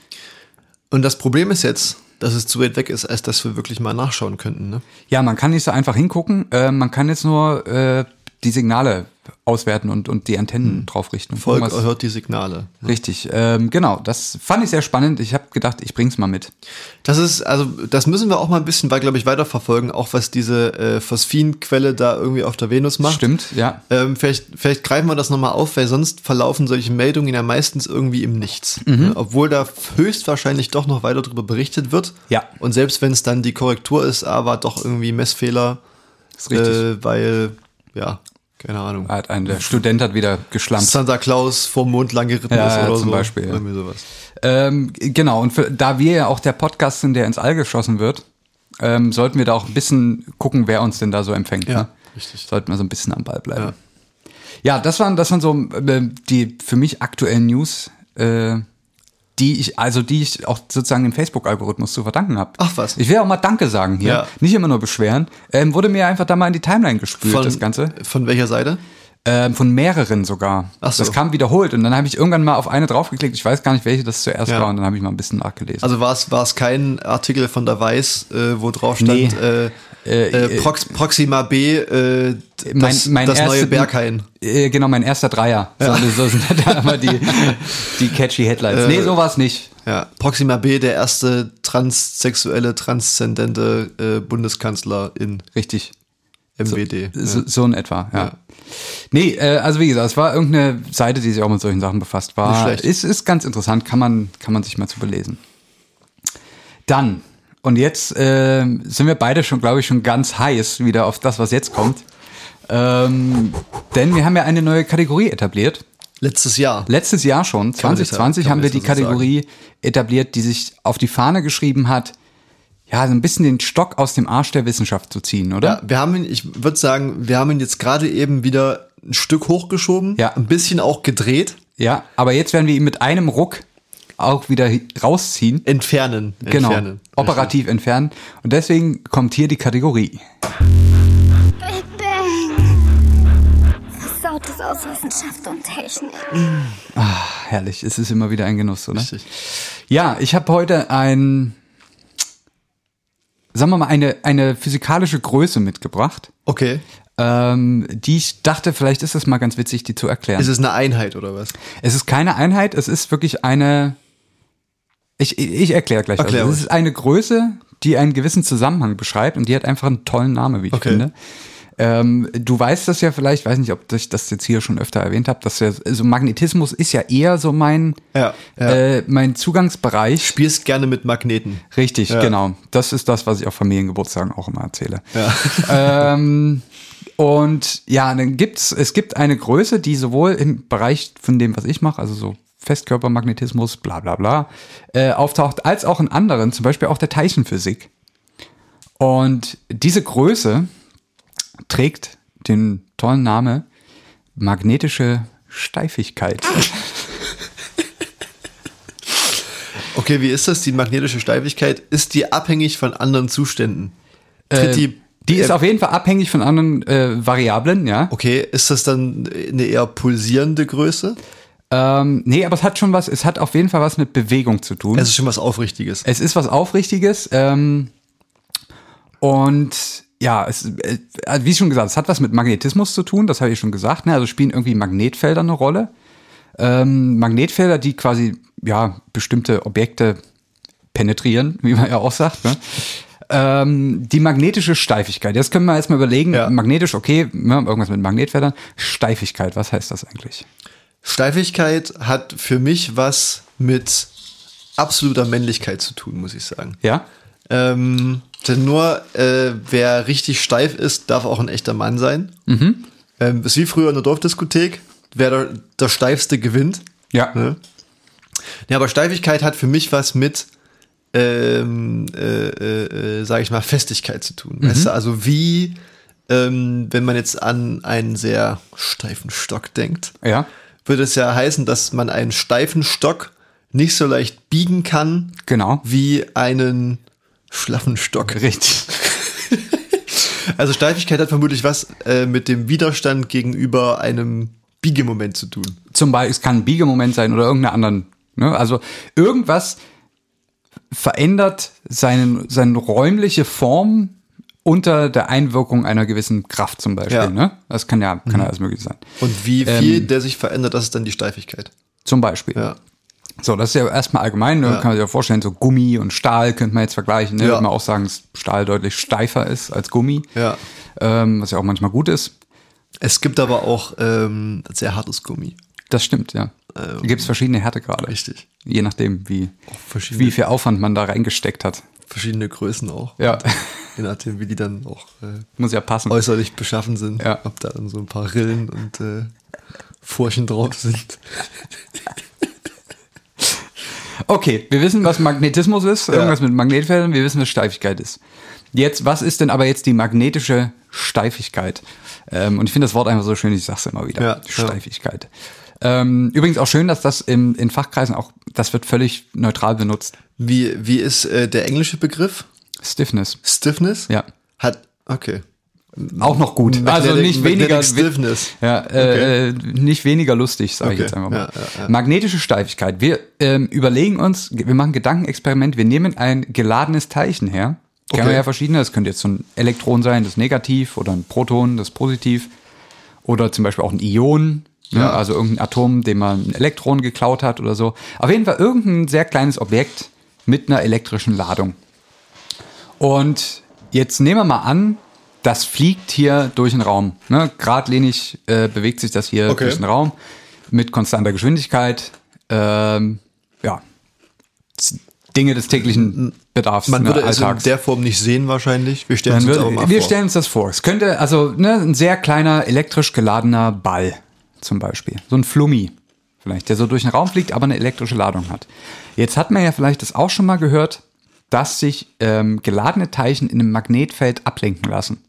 Speaker 3: Und das Problem ist jetzt, dass es zu weit weg ist, als dass wir wirklich mal nachschauen könnten. Ne?
Speaker 2: Ja, man kann nicht so einfach hingucken. Äh, man kann jetzt nur äh, die Signale auswerten und, und die Antennen draufrichten. und
Speaker 3: Hm. Volk
Speaker 2: gucken, was-
Speaker 3: hört die Signale.
Speaker 2: Richtig, ähm, genau. Das fand ich sehr spannend. Ich habe gedacht, ich bring's mal mit.
Speaker 3: Das ist, also, das müssen wir auch mal ein bisschen, glaube ich, weiterverfolgen, auch was diese äh, Phosphinquelle da irgendwie auf der Venus macht.
Speaker 2: Stimmt, ja.
Speaker 3: Ähm, vielleicht, vielleicht greifen wir das nochmal auf, weil sonst verlaufen solche Meldungen ja meistens irgendwie im Nichts.
Speaker 2: Mhm.
Speaker 3: Ne? Obwohl da höchstwahrscheinlich doch noch weiter darüber berichtet wird.
Speaker 2: Ja.
Speaker 3: Und selbst wenn es dann die Korrektur ist, aber doch irgendwie Messfehler,
Speaker 2: Ist richtig.
Speaker 3: äh, weil, ja, keine Ahnung.
Speaker 2: Hat ein, der Student hat wieder geschlampt.
Speaker 3: Santa Claus vom Mond lang geritten
Speaker 2: Ja,
Speaker 3: ist
Speaker 2: ja,
Speaker 3: oder
Speaker 2: zum
Speaker 3: so.
Speaker 2: Beispiel, ja.
Speaker 3: Irgendwie sowas.
Speaker 2: Ähm, genau, und für, da wir ja auch der Podcast sind, der ins All geschossen wird, ähm, sollten wir da auch ein bisschen gucken, wer uns denn da so empfängt.
Speaker 3: Ja,
Speaker 2: ne?
Speaker 3: richtig.
Speaker 2: Sollten wir so ein bisschen am Ball bleiben. Ja, das, waren, das waren so äh, die für mich aktuellen News, äh, die ich, also die ich auch sozusagen dem Facebook-Algorithmus zu verdanken habe.
Speaker 3: Ach was.
Speaker 2: Ich will auch mal Danke sagen hier.
Speaker 3: Ja.
Speaker 2: Nicht immer nur beschweren. Ähm, wurde mir einfach da mal in die Timeline gespült, das Ganze.
Speaker 3: Von welcher Seite?
Speaker 2: Ähm, von mehreren sogar.
Speaker 3: Ach so.
Speaker 2: Das kam wiederholt und dann habe ich irgendwann mal auf eine draufgeklickt. Ich weiß gar nicht, welche das zuerst
Speaker 3: Ja.
Speaker 2: war und dann habe ich mal ein bisschen nachgelesen.
Speaker 3: Also war es war es kein Artikel von der Weiß, äh, wo drauf stand
Speaker 2: Nee.
Speaker 3: äh, äh,
Speaker 2: Äh,
Speaker 3: Prox Proxima B, äh, d- das, das neue
Speaker 2: erster-
Speaker 3: Berghain.
Speaker 2: Äh, genau, mein erster Dreier. So, so sind da immer die, die catchy
Speaker 3: Äh.
Speaker 2: Headlines. nee, sowas nicht.
Speaker 3: Ja, Proxima B, der erste transsexuelle, transzendente äh, Bundeskanzler in
Speaker 2: Richtig.
Speaker 3: MWD.
Speaker 2: So, äh, so in etwa, ja. Nee, äh, also wie gesagt, es war irgendeine Seite, die sich auch mit solchen Sachen befasst war.
Speaker 3: Nicht schlecht.
Speaker 2: Ist, ist ganz interessant, kann man, kann man sich mal zu belesen. Dann, und jetzt äh, sind wir beide schon, glaube ich, schon ganz heiß wieder auf das, was jetzt kommt. Ähm, denn wir haben ja eine neue Kategorie etabliert.
Speaker 3: Letztes Jahr.
Speaker 2: Letztes Jahr schon,
Speaker 3: man jetzt-
Speaker 2: 2020,
Speaker 3: kann man
Speaker 2: haben wir
Speaker 3: jetzt
Speaker 2: die
Speaker 3: mal so
Speaker 2: Kategorie etabliert, die sich auf die Fahne geschrieben hat, ja, so ein bisschen den Stock aus dem Arsch der Wissenschaft zu ziehen, oder?
Speaker 3: Ja, wir haben ihn, ich würde sagen, wir haben ihn jetzt gerade eben wieder ein Stück hochgeschoben,
Speaker 2: Ja.
Speaker 3: ein bisschen auch gedreht.
Speaker 2: Ja, aber jetzt werden wir ihn mit einem Ruck auch wieder hi- rausziehen.
Speaker 3: Entfernen.
Speaker 2: Genau.
Speaker 3: entfernen.
Speaker 2: Operativ entfernen. Und deswegen kommt hier die Kategorie.
Speaker 4: Big Bang. Versautes aus Wissenschaft und Technik.
Speaker 2: Herrlich, es ist immer wieder ein Genuss, oder?
Speaker 3: Richtig.
Speaker 2: Ja, ich habe heute ein, sagen wir mal, eine, eine physikalische Größe mitgebracht,
Speaker 3: Okay.
Speaker 2: ähm, die ich dachte, vielleicht ist es mal ganz witzig, die zu erklären.
Speaker 3: Ist es eine Einheit oder was?
Speaker 2: Es ist keine Einheit, es ist wirklich eine. Ich, ich erkläre gleich.
Speaker 3: Erklär
Speaker 2: was.
Speaker 3: ruhig.
Speaker 2: Es ist eine Größe, die einen gewissen Zusammenhang beschreibt und die hat einfach einen tollen Namen, wie ich
Speaker 3: Okay.
Speaker 2: finde. Ähm, du weißt das ja vielleicht, weiß nicht, ob ich das jetzt hier schon öfter erwähnt habe, dass ja, also Magnetismus ist ja eher so mein,
Speaker 3: Ja, ja.
Speaker 2: Äh, mein Zugangsbereich.
Speaker 3: Spielst gerne mit Magneten.
Speaker 2: Richtig,
Speaker 3: Ja.
Speaker 2: genau. Das ist das, was ich auf Familiengeburtstagen auch immer erzähle.
Speaker 3: Ja.
Speaker 2: Ähm, und ja, dann gibt's, es gibt eine Größe, die sowohl im Bereich von dem, was ich mache, also so Festkörpermagnetismus, bla bla bla, äh, auftaucht, als auch in anderen, zum Beispiel auch der Teilchenphysik. Und diese Größe trägt den tollen Namen magnetische Steifigkeit.
Speaker 3: Okay, wie ist das? Die magnetische Steifigkeit, ist die abhängig von anderen Zuständen? Tritt
Speaker 2: die, die ist
Speaker 3: äh,
Speaker 2: auf jeden Fall abhängig von anderen äh, Variablen, ja.
Speaker 3: Okay, ist das dann eine eher pulsierende Größe?
Speaker 2: Ähm, nee, aber es hat schon was, es hat auf jeden Fall was mit Bewegung zu tun.
Speaker 3: Es ist schon was Aufrichtiges.
Speaker 2: Es ist was Aufrichtiges. Ähm, und ja, es, äh, wie schon gesagt, es hat was mit Magnetismus zu tun, das habe ich schon gesagt. Ne? Also spielen irgendwie Magnetfelder eine Rolle. Ähm, Magnetfelder, die quasi ja, bestimmte Objekte penetrieren, wie man ja auch sagt. Ne? Ähm, die magnetische Steifigkeit. Das können wir erstmal überlegen.
Speaker 3: Ja.
Speaker 2: Magnetisch, okay, ne, irgendwas mit Magnetfeldern. Steifigkeit, was heißt das eigentlich?
Speaker 3: Steifigkeit hat für mich was mit absoluter Männlichkeit zu tun, muss ich sagen.
Speaker 2: Ja?
Speaker 3: Ähm, denn nur äh, wer richtig steif ist, darf auch ein echter Mann sein. Ähm, ist wie früher in der Dorfdiskothek. Wer der, der Steifste gewinnt.
Speaker 2: Ja.
Speaker 3: Ne? Ja, aber Steifigkeit hat für mich was mit, ähm, äh, äh, äh, sage ich mal, Festigkeit zu tun. Weißt du, also wie, ähm, wenn man jetzt an einen sehr steifen Stock denkt,
Speaker 2: Ja.
Speaker 3: würde es ja heißen, dass man einen steifen Stock nicht so leicht biegen kann
Speaker 2: Genau.
Speaker 3: wie einen schlaffen Stock.
Speaker 2: Richtig.
Speaker 3: Also Steifigkeit hat vermutlich was äh, mit dem Widerstand gegenüber einem Biegemoment zu tun.
Speaker 2: zum Beispiel, es kann ein Biegemoment sein oder irgendeine anderen. Ne? Also irgendwas verändert seinen, seine räumliche Form unter der Einwirkung einer gewissen Kraft zum Beispiel.
Speaker 3: Ja. Mhm.
Speaker 2: Ne? Das kann ja, kann ja alles möglich sein.
Speaker 3: Und wie
Speaker 2: Ähm.
Speaker 3: viel der sich verändert, das ist dann die Steifigkeit.
Speaker 2: Zum Beispiel.
Speaker 3: Ja.
Speaker 2: So, das ist ja erstmal allgemein, ne? kann man sich ja vorstellen, so Gummi und Stahl könnte man jetzt vergleichen. Ne?
Speaker 3: Ja.
Speaker 2: Würde man auch sagen, dass Stahl deutlich steifer ist als Gummi,
Speaker 3: Ja.
Speaker 2: ähm, was ja auch manchmal gut ist.
Speaker 3: Es gibt aber auch ähm, sehr hartes Gummi.
Speaker 2: Das stimmt, ja. Ähm, Gibt es verschiedene Härtegrade.
Speaker 3: Richtig.
Speaker 2: Je nachdem, wie,
Speaker 3: verschiedene-
Speaker 2: wie viel Aufwand man da reingesteckt hat.
Speaker 3: Verschiedene Größen auch.
Speaker 2: Ja.
Speaker 3: Je nachdem, wie die dann auch äh,
Speaker 2: Muss ja passen.
Speaker 3: äußerlich beschaffen sind.
Speaker 2: Ja.
Speaker 3: Ob da dann so ein paar Rillen und äh, Furchen drauf sind.
Speaker 2: Okay, wir wissen, was Magnetismus ist, irgendwas mit Magnetfeldern, wir wissen, was Steifigkeit ist. Jetzt, was ist denn aber jetzt die magnetische Steifigkeit? Ähm, und ich finde das Wort einfach so schön, ich sag's immer wieder.
Speaker 3: Ja, ja.
Speaker 2: Steifigkeit. Ähm, übrigens auch schön, dass das im, in Fachkreisen auch, das wird völlig neutral benutzt.
Speaker 3: Wie, wie ist äh, der englische Begriff?
Speaker 2: Stiffness.
Speaker 3: Stiffness?
Speaker 2: Ja.
Speaker 3: Hat, okay.
Speaker 2: Auch noch gut. also
Speaker 3: Magnetic-
Speaker 2: nicht
Speaker 3: Magnetic
Speaker 2: weniger.
Speaker 3: Stiffness.
Speaker 2: Ja, äh, äh, nicht weniger lustig, sage ich
Speaker 3: Okay,
Speaker 2: jetzt einfach mal.
Speaker 3: ja, ja,
Speaker 2: Magnetische Steifigkeit. Wir ähm, überlegen uns, wir machen ein Gedankenexperiment, wir nehmen ein geladenes Teilchen her. Okay. Kann
Speaker 3: Okay.
Speaker 2: man ja verschiedene, das könnte jetzt so ein Elektron sein, das ist negativ, oder ein Proton, das ist positiv, oder zum Beispiel auch ein Ion, ne? also irgendein Atom, dem man ein Elektron geklaut hat oder so. Auf jeden Fall irgendein sehr kleines Objekt mit einer elektrischen Ladung. Und jetzt nehmen wir mal an, das fliegt hier durch den Raum. Ne? Geradlinig äh, bewegt sich das hier
Speaker 3: Okay.
Speaker 2: durch den Raum mit konstanter Geschwindigkeit. Ähm, ja. Z- Dinge des täglichen Bedarfs,
Speaker 3: Man
Speaker 2: ne,
Speaker 3: würde es in
Speaker 2: Alltags.
Speaker 3: der Form nicht sehen wahrscheinlich. Wir stellen
Speaker 2: Man
Speaker 3: es uns aber
Speaker 2: würde,
Speaker 3: mal
Speaker 2: wir
Speaker 3: vor.
Speaker 2: stellen uns das vor. Es könnte, also ne, ein sehr kleiner elektrisch geladener Ball zum Beispiel. So ein Flummi vielleicht, der so durch den Raum fliegt, aber eine elektrische Ladung hat. Jetzt hat man ja vielleicht das auch schon mal gehört, dass sich ähm, geladene Teilchen in einem Magnetfeld ablenken lassen.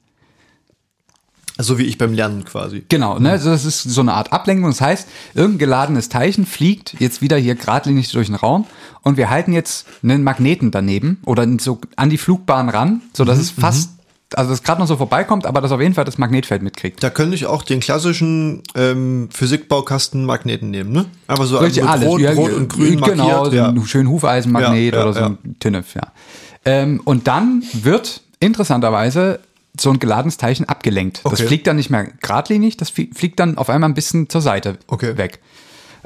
Speaker 3: So wie ich beim Lernen quasi.
Speaker 2: Genau, ne? also das ist so eine Art Ablenkung. Das heißt, irgendein geladenes Teilchen fliegt jetzt wieder hier geradlinig durch den Raum und wir halten jetzt einen Magneten daneben oder so an die Flugbahn ran, sodass es fast, also das gerade noch so vorbeikommt, aber das auf jeden Fall das Magnetfeld mitkriegt.
Speaker 3: Da könnte ich auch den klassischen ähm, Physikbaukasten-Magneten nehmen, ne? Einfach so
Speaker 2: Richtig
Speaker 3: mit
Speaker 2: alles.
Speaker 3: Rot,
Speaker 2: Ja,
Speaker 3: Rot und Grün
Speaker 2: Genau,
Speaker 3: markiert.
Speaker 2: so einen
Speaker 3: Ja.
Speaker 2: schönen Hufeisenmagnet
Speaker 3: Ja, ja,
Speaker 2: oder so ein Tinnef, ja. Ähm, und dann wird interessanterweise so ein geladenes Teilchen abgelenkt. Das
Speaker 3: Okay.
Speaker 2: fliegt dann nicht mehr geradlinig, das flie- fliegt dann auf einmal ein bisschen zur Seite
Speaker 3: Okay.
Speaker 2: weg.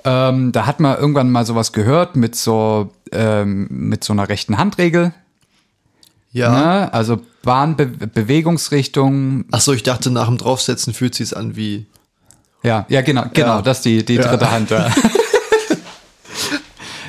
Speaker 2: Ähm, da hat man irgendwann mal sowas gehört mit so, ähm, mit so einer rechten Handregel.
Speaker 3: Ja.
Speaker 2: Ne? Also Bahnbewegungsrichtung.
Speaker 3: Achso, ich dachte, nach dem Draufsetzen fühlt sich's an wie.
Speaker 2: Ja, ja, genau, genau,
Speaker 3: Ja.
Speaker 2: das ist die, die
Speaker 3: Ja.
Speaker 2: dritte Hand. Ja.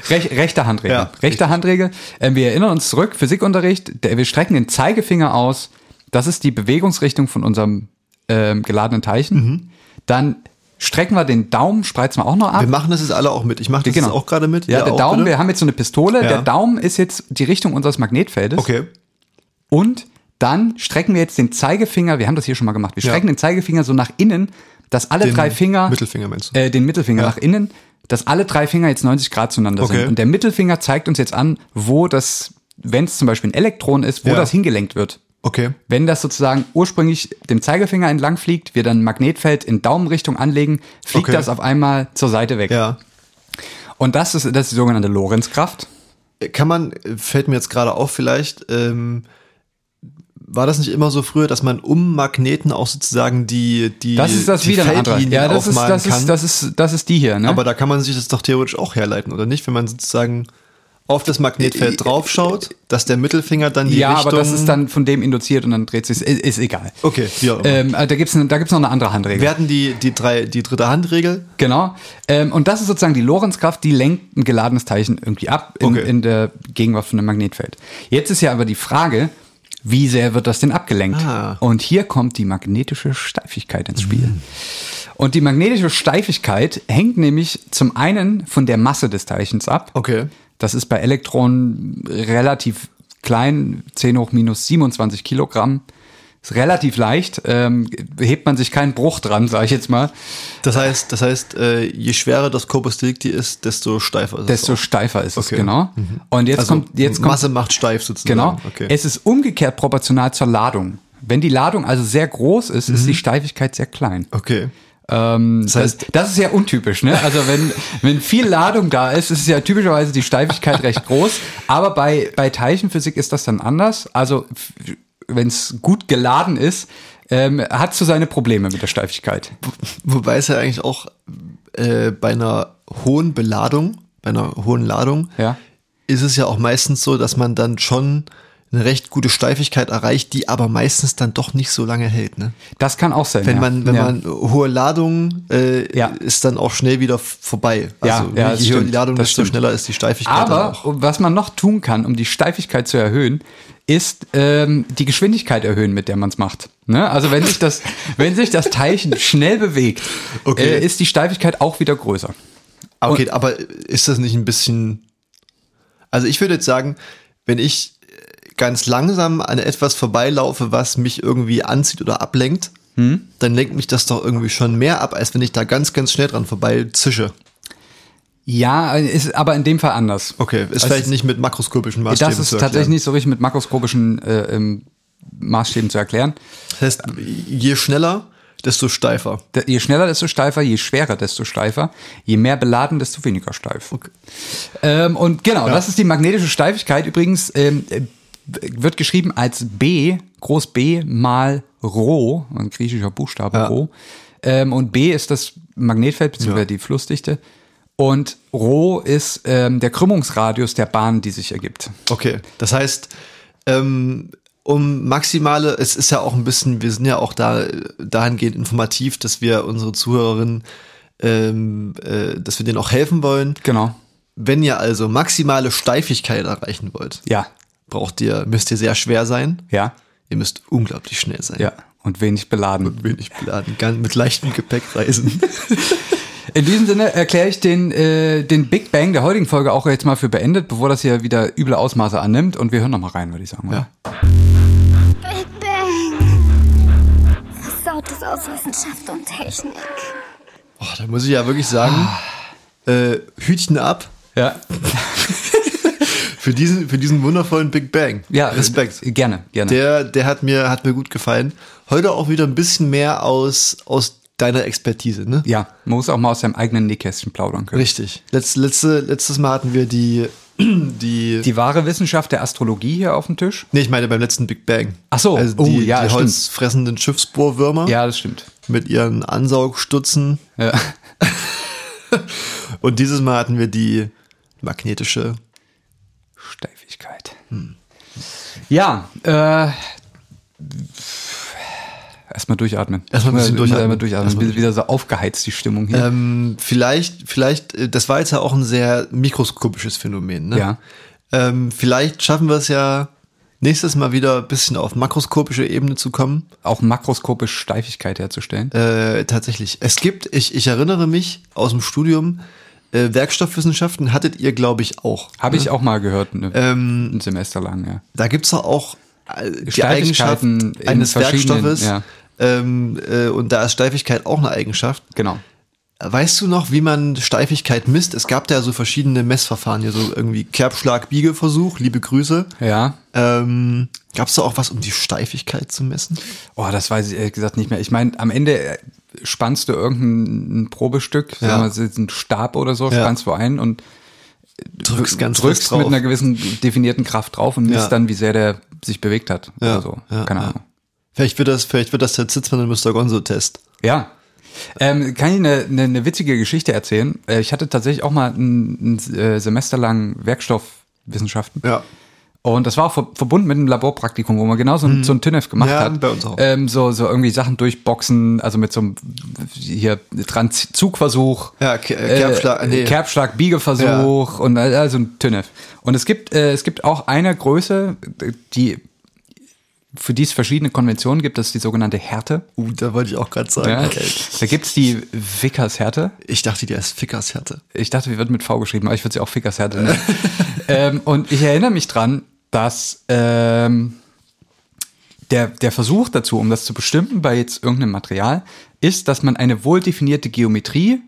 Speaker 2: Rech, rechte Handregel.
Speaker 3: Ja,
Speaker 2: rechte Handregel. Ähm, wir erinnern uns zurück, Physikunterricht, der, wir strecken den Zeigefinger aus. Das ist die Bewegungsrichtung von unserem ähm, geladenen Teilchen. Dann strecken wir den Daumen, spreizen wir auch noch ab.
Speaker 3: Mhm. Wir machen das jetzt alle auch mit. Ich mache das
Speaker 2: Genau.
Speaker 3: jetzt auch gerade mit.
Speaker 2: Ja,
Speaker 3: Ihr
Speaker 2: der
Speaker 3: auch,
Speaker 2: Daumen,
Speaker 3: bitte?
Speaker 2: wir haben jetzt so eine Pistole,
Speaker 3: Ja.
Speaker 2: der Daumen ist jetzt die Richtung unseres Magnetfeldes.
Speaker 3: Okay.
Speaker 2: Und dann strecken wir jetzt den Zeigefinger, wir haben das hier schon mal gemacht, wir strecken den Zeigefinger so nach innen, dass alle
Speaker 3: Den
Speaker 2: drei Finger,
Speaker 3: Mittelfinger meinst du?
Speaker 2: äh, den Mittelfinger
Speaker 3: Ja.
Speaker 2: nach innen, dass alle drei Finger jetzt 90 Grad zueinander
Speaker 3: Okay.
Speaker 2: sind. Und der Mittelfinger zeigt uns jetzt an, wo das, wenn es zum Beispiel ein Elektron ist, wo
Speaker 3: Ja.
Speaker 2: das hingelenkt wird.
Speaker 3: Okay.
Speaker 2: Wenn das sozusagen ursprünglich dem Zeigefinger entlang fliegt, wir dann ein Magnetfeld in Daumenrichtung anlegen, fliegt
Speaker 3: Okay.
Speaker 2: das auf einmal zur Seite weg.
Speaker 3: Ja.
Speaker 2: Und das ist, das ist die sogenannte Lorentzkraft.
Speaker 3: Kann man, fällt mir jetzt gerade auf vielleicht, ähm, war das nicht immer so früher, dass man um Magneten auch sozusagen die die
Speaker 2: Das ist das
Speaker 3: die
Speaker 2: wieder eine andere.
Speaker 3: Feldlinien
Speaker 2: Ja, das ist
Speaker 3: aufmalen
Speaker 2: das,
Speaker 3: kann?
Speaker 2: ist das ist das ist die hier, ne?
Speaker 3: Aber da kann man sich das doch theoretisch auch herleiten, oder nicht? Wenn man sozusagen auf das Magnetfeld draufschaut, dass der Mittelfinger dann die
Speaker 2: Äh, ja,
Speaker 3: Richtung...
Speaker 2: aber das ist dann von dem induziert und dann dreht sich ist, ist egal.
Speaker 3: Okay, wie auch immer.
Speaker 2: Ähm, also da gibt's ne- da gibt's noch eine andere Handregel.
Speaker 3: Wir hatten die, die, drei, die dritte Handregel.
Speaker 2: Genau. Ähm, und das ist sozusagen die Lorentzkraft, die lenkt ein geladenes Teilchen irgendwie ab in,
Speaker 3: Okay.
Speaker 2: in der Gegenwart von einem Magnetfeld. Jetzt ist ja aber die Frage, wie sehr wird das denn abgelenkt?
Speaker 3: Ah.
Speaker 2: Und hier kommt die magnetische Steifigkeit ins Spiel. Und die magnetische Steifigkeit hängt nämlich zum einen von der Masse des Teilchens ab.
Speaker 3: Okay.
Speaker 2: Das ist bei Elektronen relativ klein, 10 hoch minus 27 Kilogramm. Ist relativ leicht, ähm, hebt man sich keinen Bruch dran, sage ich jetzt mal.
Speaker 3: Das heißt, das heißt äh, je schwerer das Corpus Delicti ist, desto steifer ist
Speaker 2: desto
Speaker 3: es. auch.
Speaker 2: steifer ist
Speaker 3: Okay.
Speaker 2: es, genau. Und jetzt
Speaker 3: Also
Speaker 2: kommt, jetzt kommt,
Speaker 3: Masse macht steif sozusagen.
Speaker 2: genau.
Speaker 3: Okay.
Speaker 2: Es ist umgekehrt proportional zur Ladung. Wenn die Ladung also sehr groß ist, ist die Steifigkeit sehr klein.
Speaker 3: okay.
Speaker 2: Das
Speaker 3: Mhm. heißt-
Speaker 2: das ist ja untypisch, ne? Also wenn, wenn viel Ladung da ist, ist ja typischerweise die Steifigkeit recht groß. Aber bei, bei Teilchenphysik ist das dann anders. Also wenn es gut geladen ist, ähm, hat so seine Probleme mit der Steifigkeit.
Speaker 3: Wobei es ja eigentlich auch äh, bei einer hohen Beladung, bei einer hohen Ladung,
Speaker 2: Ja.
Speaker 3: ist es ja auch meistens so, dass man dann schon eine recht gute Steifigkeit erreicht, die aber meistens dann doch nicht so lange hält. Ne?
Speaker 2: Das kann auch sein.
Speaker 3: Wenn
Speaker 2: ja.
Speaker 3: man, wenn
Speaker 2: ja.
Speaker 3: man hohe Ladung äh,
Speaker 2: Ja.
Speaker 3: ist dann auch schnell wieder f- vorbei.
Speaker 2: Ja,
Speaker 3: Also
Speaker 2: ja, das
Speaker 3: je höher die
Speaker 2: stimmt,
Speaker 3: Ladung,
Speaker 2: das
Speaker 3: desto
Speaker 2: stimmt.
Speaker 3: schneller ist die Steifigkeit dann
Speaker 2: Aber
Speaker 3: auch.
Speaker 2: was man noch tun kann, um die Steifigkeit zu erhöhen, ist ähm, die Geschwindigkeit erhöhen, mit der man es macht. Ne? Also wenn sich das, wenn sich das Teilchen schnell bewegt,
Speaker 3: Okay.
Speaker 2: äh, ist die Steifigkeit auch wieder größer.
Speaker 3: Ah, Okay, aber ist das nicht ein bisschen. Also ich würde jetzt sagen, wenn ich ganz langsam an etwas vorbeilaufe, was mich irgendwie anzieht oder ablenkt, dann lenkt mich das doch irgendwie schon mehr ab, als wenn ich da ganz, ganz schnell dran vorbei zische.
Speaker 2: Ja, ist aber in dem Fall anders.
Speaker 3: Okay, ist
Speaker 2: Also
Speaker 3: vielleicht nicht mit makroskopischen Maßstäben
Speaker 2: das ist
Speaker 3: zu erklären.
Speaker 2: tatsächlich nicht so richtig mit makroskopischen äh, ähm, Maßstäben zu erklären.
Speaker 3: Das heißt, je schneller, desto steifer.
Speaker 2: Da- Je schneller, desto steifer, je schwerer, desto steifer, je mehr beladen, desto weniger steif. Ähm, und genau, das ist die magnetische Steifigkeit. Übrigens ähm, äh, wird geschrieben als B, groß B mal Rho, ein griechischer Buchstabe Rho. Ähm, und B ist das Magnetfeld bzw. die Flussdichte. Und Rho ist ähm, der Krümmungsradius der Bahn, die sich ergibt.
Speaker 3: Okay, das heißt, ähm, um maximale, es ist ja auch ein bisschen, wir sind ja auch da dahingehend informativ, dass wir unsere Zuhörerinnen, ähm, äh, dass wir denen auch helfen wollen.
Speaker 2: Genau.
Speaker 3: Wenn ihr also maximale Steifigkeit erreichen wollt,
Speaker 2: Ja,
Speaker 3: braucht ihr, müsst ihr sehr schwer sein.
Speaker 2: ja,
Speaker 3: Ihr müsst unglaublich schnell sein.
Speaker 2: ja. Und wenig beladen.
Speaker 3: Wenig beladen, ganz mit leichtem Gepäck reisen.
Speaker 2: In diesem Sinne erkläre ich den, äh, den Big Bang der heutigen Folge auch jetzt mal für beendet, bevor das hier wieder üble Ausmaße annimmt. Und wir hören noch mal rein, würde ich sagen. Oder?
Speaker 3: Ja.
Speaker 4: Big Bang. Versautes aus Wissenschaft und Technik.
Speaker 3: Boah, Oh, da muss ich ja wirklich sagen,
Speaker 2: Ah.
Speaker 3: äh, Hütchen ab
Speaker 2: Ja,
Speaker 3: für diesen, für diesen wundervollen Big Bang.
Speaker 2: ja
Speaker 3: Respekt.
Speaker 2: äh, Gerne, gerne.
Speaker 3: Der, der hat mir, hat mir gut gefallen. Heute auch wieder ein bisschen mehr aus, aus deiner Expertise, ne?
Speaker 2: ja, man muss auch mal aus seinem eigenen Nähkästchen plaudern können.
Speaker 3: Richtig. Letz, letzte, letztes Mal hatten wir die, die,
Speaker 2: Die wahre Wissenschaft der Astrologie hier auf dem Tisch.
Speaker 3: nee, ich meine beim letzten Big Bang.
Speaker 2: Ach so.
Speaker 3: also
Speaker 2: Oh,
Speaker 3: die,
Speaker 2: ja,
Speaker 3: die
Speaker 2: stimmt.
Speaker 3: holzfressenden Schiffsbohrwürmer
Speaker 2: Ja, das stimmt.
Speaker 3: mit ihren Ansaugstutzen.
Speaker 2: Ja.
Speaker 3: Und dieses Mal hatten wir die magnetische.
Speaker 2: Steifigkeit. Ja, äh, erstmal durchatmen.
Speaker 3: Erstmal ein bisschen
Speaker 2: Muss- muss
Speaker 3: durchatmen.
Speaker 2: Erstmal durchatmen.
Speaker 3: Erstmal
Speaker 2: Wieder- wieder so aufgeheizt die Stimmung hier.
Speaker 3: Ähm, vielleicht, vielleicht, äh, das war jetzt ja auch ein sehr mikroskopisches Phänomen, ne?
Speaker 2: Ja.
Speaker 3: Ähm, vielleicht schaffen wir es ja, nächstes Mal wieder ein bisschen auf makroskopische Ebene zu kommen.
Speaker 2: auch makroskopisch Steifigkeit herzustellen.
Speaker 3: Äh, tatsächlich. Es gibt, ich, ich erinnere mich aus dem Studium, äh, Werkstoffwissenschaften hattet ihr, glaube ich, auch.
Speaker 2: Habe ich auch mal gehört, ne,
Speaker 3: Ähm,
Speaker 2: ein Semester lang, ja.
Speaker 3: da gibt's doch auch äh, die Eigenschaft
Speaker 2: Steifigkeiten in
Speaker 3: eines
Speaker 2: verschiedenen,
Speaker 3: Werkstoffes.
Speaker 2: ja.
Speaker 3: Ähm, äh, und da ist Steifigkeit auch eine Eigenschaft.
Speaker 2: Genau.
Speaker 3: Weißt du noch, wie man Steifigkeit misst? Es gab da ja so verschiedene Messverfahren, hier so irgendwie Kerbschlag, Biegeversuch, liebe Grüße.
Speaker 2: Ja.
Speaker 3: Ähm, gab's da auch was, um die Steifigkeit zu messen?
Speaker 2: Oh, das weiß ich ehrlich gesagt nicht mehr. Ich meine, am Ende äh, spannst du irgendein Probestück,
Speaker 3: Ja.
Speaker 2: sagen wir, es ist ein Stab oder so,
Speaker 3: Ja.
Speaker 2: spannst du ein und
Speaker 3: Drückst ganz fest
Speaker 2: drückst mit einer gewissen definierten Kraft drauf und misst
Speaker 3: Ja.
Speaker 2: dann, wie sehr der sich bewegt hat
Speaker 3: Ja,
Speaker 2: oder so.
Speaker 3: ja,
Speaker 2: Keine
Speaker 3: ja.
Speaker 2: Ahnung.
Speaker 3: Vielleicht wird das, vielleicht wird das der Zitzmann und Mr. Gonzo-Test.
Speaker 2: Ja. Ähm, kann ich eine, eine, eine witzige Geschichte erzählen? Äh, ich hatte tatsächlich auch mal ein, ein äh, Semester lang Werkstoffwissenschaften.
Speaker 3: Ja.
Speaker 2: Und das war auch ver verbunden mit einem Laborpraktikum, wo man genau so, ein so ein TINF gemacht
Speaker 3: Mhm. Ja,
Speaker 2: hat.
Speaker 3: bei uns auch.
Speaker 2: Ähm, so, so irgendwie Sachen durchboxen, also mit so einem hier Trans- Zugversuch.
Speaker 3: Ja, Ke- äh, Kerbschlag- nee.
Speaker 2: Kerbschlag, Biegeversuch und äh, also ein TINF. Und es gibt, äh, es gibt auch eine Größe, die für die es verschiedene Konventionen gibt, das ist die sogenannte Härte.
Speaker 3: Uh, da wollte ich auch gerade sagen.
Speaker 2: Ja.
Speaker 3: Ey,
Speaker 2: Da gibt es die Vickers-Härte.
Speaker 3: Ich dachte, die ist Fickershärte.
Speaker 2: Ich dachte, die wird mit V geschrieben, aber ich würde sie auch Fickershärte nennen. ähm, und ich erinnere mich dran, dass ähm, der, der Versuch dazu, um das zu bestimmen bei jetzt irgendeinem Material, ist, dass man eine wohldefinierte Geometrie,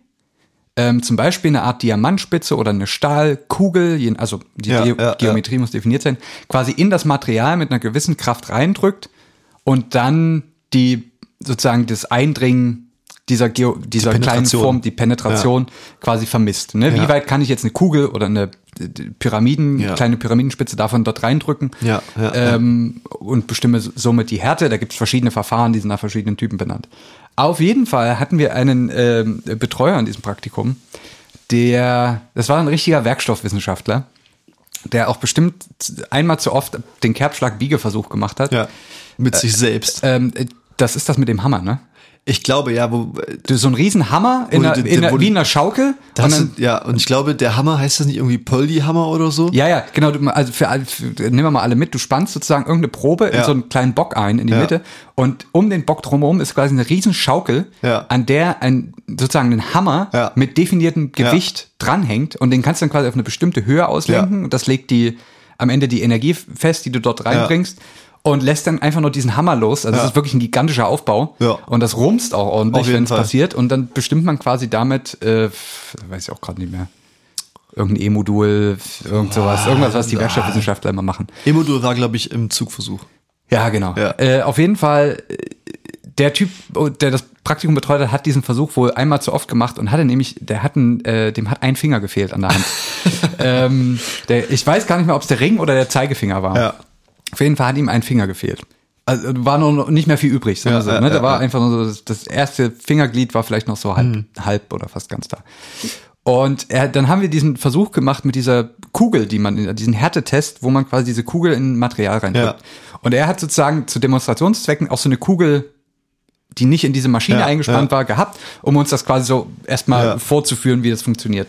Speaker 2: ähm, zum Beispiel eine Art Diamantspitze oder eine Stahlkugel, je- also die
Speaker 3: Ja,
Speaker 2: Ge
Speaker 3: ja, ja.
Speaker 2: Geometrie muss definiert sein, quasi in das Material mit einer gewissen Kraft reindrückt und dann die sozusagen das Eindringen dieser, Geo dieser kleinen
Speaker 3: Penetration.
Speaker 2: Form, die Penetration quasi vermisst. Ne?
Speaker 3: Ja.
Speaker 2: Wie weit kann ich jetzt eine Kugel oder eine äh, Pyramiden,
Speaker 3: Ja.
Speaker 2: kleine Pyramidenspitze davon dort reindrücken
Speaker 3: Ja, ja, ja.
Speaker 2: ähm, und bestimme somit die Härte. Da gibt es verschiedene Verfahren, die sind nach verschiedenen Typen benannt. Auf jeden Fall hatten wir einen ähm, Betreuer in diesem Praktikum, der, das war ein richtiger Werkstoffwissenschaftler, der auch bestimmt einmal zu oft den Kerbschlag-Biegeversuch gemacht hat.
Speaker 3: Ja. Mit sich selbst.
Speaker 2: Ähm, das ist das mit dem Hammer, ne?
Speaker 3: Ich glaube, ja, wo,
Speaker 2: Du- So ein Riesenhammer in
Speaker 3: Wo
Speaker 2: einer,
Speaker 3: du-
Speaker 2: in einer,
Speaker 3: wo du-
Speaker 2: wie in einer Schaukel.
Speaker 3: das
Speaker 2: und dann-
Speaker 3: sind, ja, und ich glaube, der Hammer heißt das nicht irgendwie Poldi-Hammer oder so?
Speaker 2: Ja, ja, genau. du- Also für, all- für, nehmen wir mal alle mit. Du spannst sozusagen irgendeine Probe in
Speaker 3: Ja.
Speaker 2: so einen kleinen Bock ein in die
Speaker 3: Ja.
Speaker 2: Mitte und um den Bock drumherum ist quasi eine riesen Schaukel,
Speaker 3: Ja.
Speaker 2: an der ein sozusagen ein Hammer
Speaker 3: Ja.
Speaker 2: mit definiertem Gewicht dranhängt und den kannst du dann quasi auf eine bestimmte Höhe auslenken
Speaker 3: Ja.
Speaker 2: und das legt die am Ende die Energie fest, die du dort reinbringst. Und lässt dann einfach nur diesen Hammer los. Also es
Speaker 3: Ja.
Speaker 2: ist wirklich ein gigantischer Aufbau.
Speaker 3: Ja.
Speaker 2: Und das rumst auch
Speaker 3: Auf
Speaker 2: ordentlich,
Speaker 3: jeden
Speaker 2: wenn es
Speaker 3: Fall.
Speaker 2: passiert. Und dann bestimmt man quasi damit, äh, f- weiß ich auch gerade nicht mehr, irgendein E-Modul, irgend sowas,
Speaker 3: Ah,
Speaker 2: irgendwas, was die Werkstoffwissenschaftler immer machen.
Speaker 3: Emodul war, glaube ich, im Zugversuch.
Speaker 2: Ja, genau.
Speaker 3: Ja.
Speaker 2: Äh, auf jeden Fall, äh, der Typ, oh, der das Praktikum betreut hat, hat diesen Versuch wohl einmal zu oft gemacht und hatte nämlich, der hat einen, äh, dem hat ein Finger gefehlt an der Hand. ähm, der, ich weiß gar nicht mehr, ob es der Ring oder der Zeigefinger war.
Speaker 3: Ja.
Speaker 2: Auf jeden Fall hat ihm ein Finger gefehlt. Also war noch- noch nicht mehr viel übrig. Sagen wir
Speaker 3: Ja,
Speaker 2: so,
Speaker 3: ja,
Speaker 2: ne?
Speaker 3: ja,
Speaker 2: da war
Speaker 3: ja. Mhm.
Speaker 2: einfach nur so, das, das erste Fingerglied war vielleicht noch so halb, halb oder fast ganz da. Und er, dann haben wir diesen Versuch gemacht mit dieser Kugel, die man, diesen Härtetest, wo man quasi diese Kugel in Material reindrückt. Und er hat sozusagen zu Demonstrationszwecken auch so eine Kugel, die nicht in diese Maschine
Speaker 3: Ja,
Speaker 2: eingespannt
Speaker 3: ja.
Speaker 2: war, gehabt, um uns das quasi so erstmal
Speaker 3: Ja.
Speaker 2: vorzuführen, wie das funktioniert.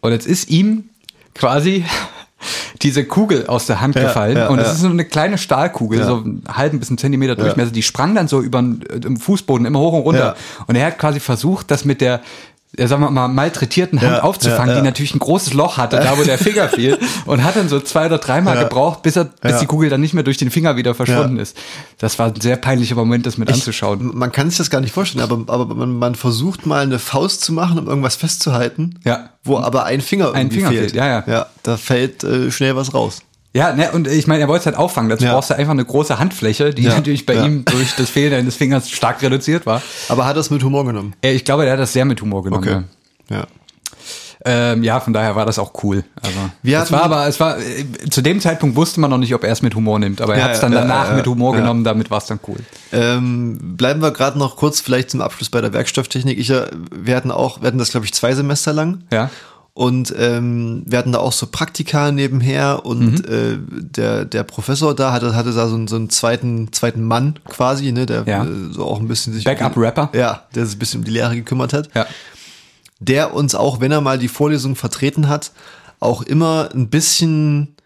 Speaker 2: Und jetzt ist ihm quasi diese Kugel aus der Hand
Speaker 3: Ja,
Speaker 2: gefallen.
Speaker 3: ja,
Speaker 2: und es
Speaker 3: ja.
Speaker 2: ist so eine kleine Stahlkugel, so einen halben bis einen Zentimeter Durchmesser. Die sprang dann so über den äh, im Fußboden immer hoch und runter.
Speaker 3: Ja.
Speaker 2: Und er hat quasi versucht, das mit der ja, sagen wir mal, malträtierten Hand
Speaker 3: Ja,
Speaker 2: aufzufangen,
Speaker 3: ja, ja.
Speaker 2: die natürlich ein großes Loch hatte, da wo der Finger fiel. Und hat dann so zwei oder dreimal
Speaker 3: Ja.
Speaker 2: gebraucht, bis, er, bis
Speaker 3: Ja.
Speaker 2: die Kugel dann nicht mehr durch den Finger wieder verschwunden
Speaker 3: Ja.
Speaker 2: ist. Das war ein sehr peinlicher Moment, das mit anzuschauen.
Speaker 3: Man kann sich das gar nicht vorstellen, aber, aber man, man versucht mal eine Faust zu machen, um irgendwas festzuhalten,
Speaker 2: Ja.
Speaker 3: wo aber ein Finger
Speaker 2: Ein
Speaker 3: irgendwie
Speaker 2: Finger
Speaker 3: fehlt.
Speaker 2: fehlt, ja, ja.
Speaker 3: ja, da fällt äh, schnell was raus.
Speaker 2: Ja, ne, und ich meine, er wollte es halt auffangen. Dazu
Speaker 3: Ja.
Speaker 2: brauchst du einfach eine große Handfläche, die
Speaker 3: Ja,
Speaker 2: natürlich bei
Speaker 3: ja.
Speaker 2: ihm durch das Fehlen eines Fingers stark reduziert war.
Speaker 3: Aber hat das mit Humor genommen.
Speaker 2: Äh, Ich glaube, der hat das sehr mit Humor genommen. Ja.
Speaker 3: Ja.
Speaker 2: Ähm, ja, von daher war das auch cool. Also,
Speaker 3: Wir
Speaker 2: es war
Speaker 3: hatten-
Speaker 2: aber, es war, äh, zu dem Zeitpunkt wusste man noch nicht, ob er es mit Humor nimmt, aber er
Speaker 3: Ja,
Speaker 2: hat es dann
Speaker 3: ja,
Speaker 2: danach
Speaker 3: ja, ja,
Speaker 2: mit Humor
Speaker 3: ja.
Speaker 2: genommen, damit war es dann cool.
Speaker 3: Ähm, bleiben wir gerade noch kurz vielleicht zum Abschluss bei der Werkstofftechnik. Ich, äh, wir hatten auch, wir hatten das glaube ich zwei Semester lang.
Speaker 2: Ja.
Speaker 3: Und ähm, wir hatten da auch so Praktika nebenher
Speaker 2: Mhm.
Speaker 3: und äh, der, der Professor da hatte, hatte da so einen, so einen zweiten, zweiten Mann quasi, ne, der
Speaker 2: Ja.
Speaker 3: äh, so auch ein bisschen sich.
Speaker 2: Backup-Rapper.
Speaker 3: Ja, der sich ein bisschen um die Lehre gekümmert hat.
Speaker 2: Ja.
Speaker 3: Der uns auch, wenn er mal die Vorlesung vertreten hat, auch immer ein bisschen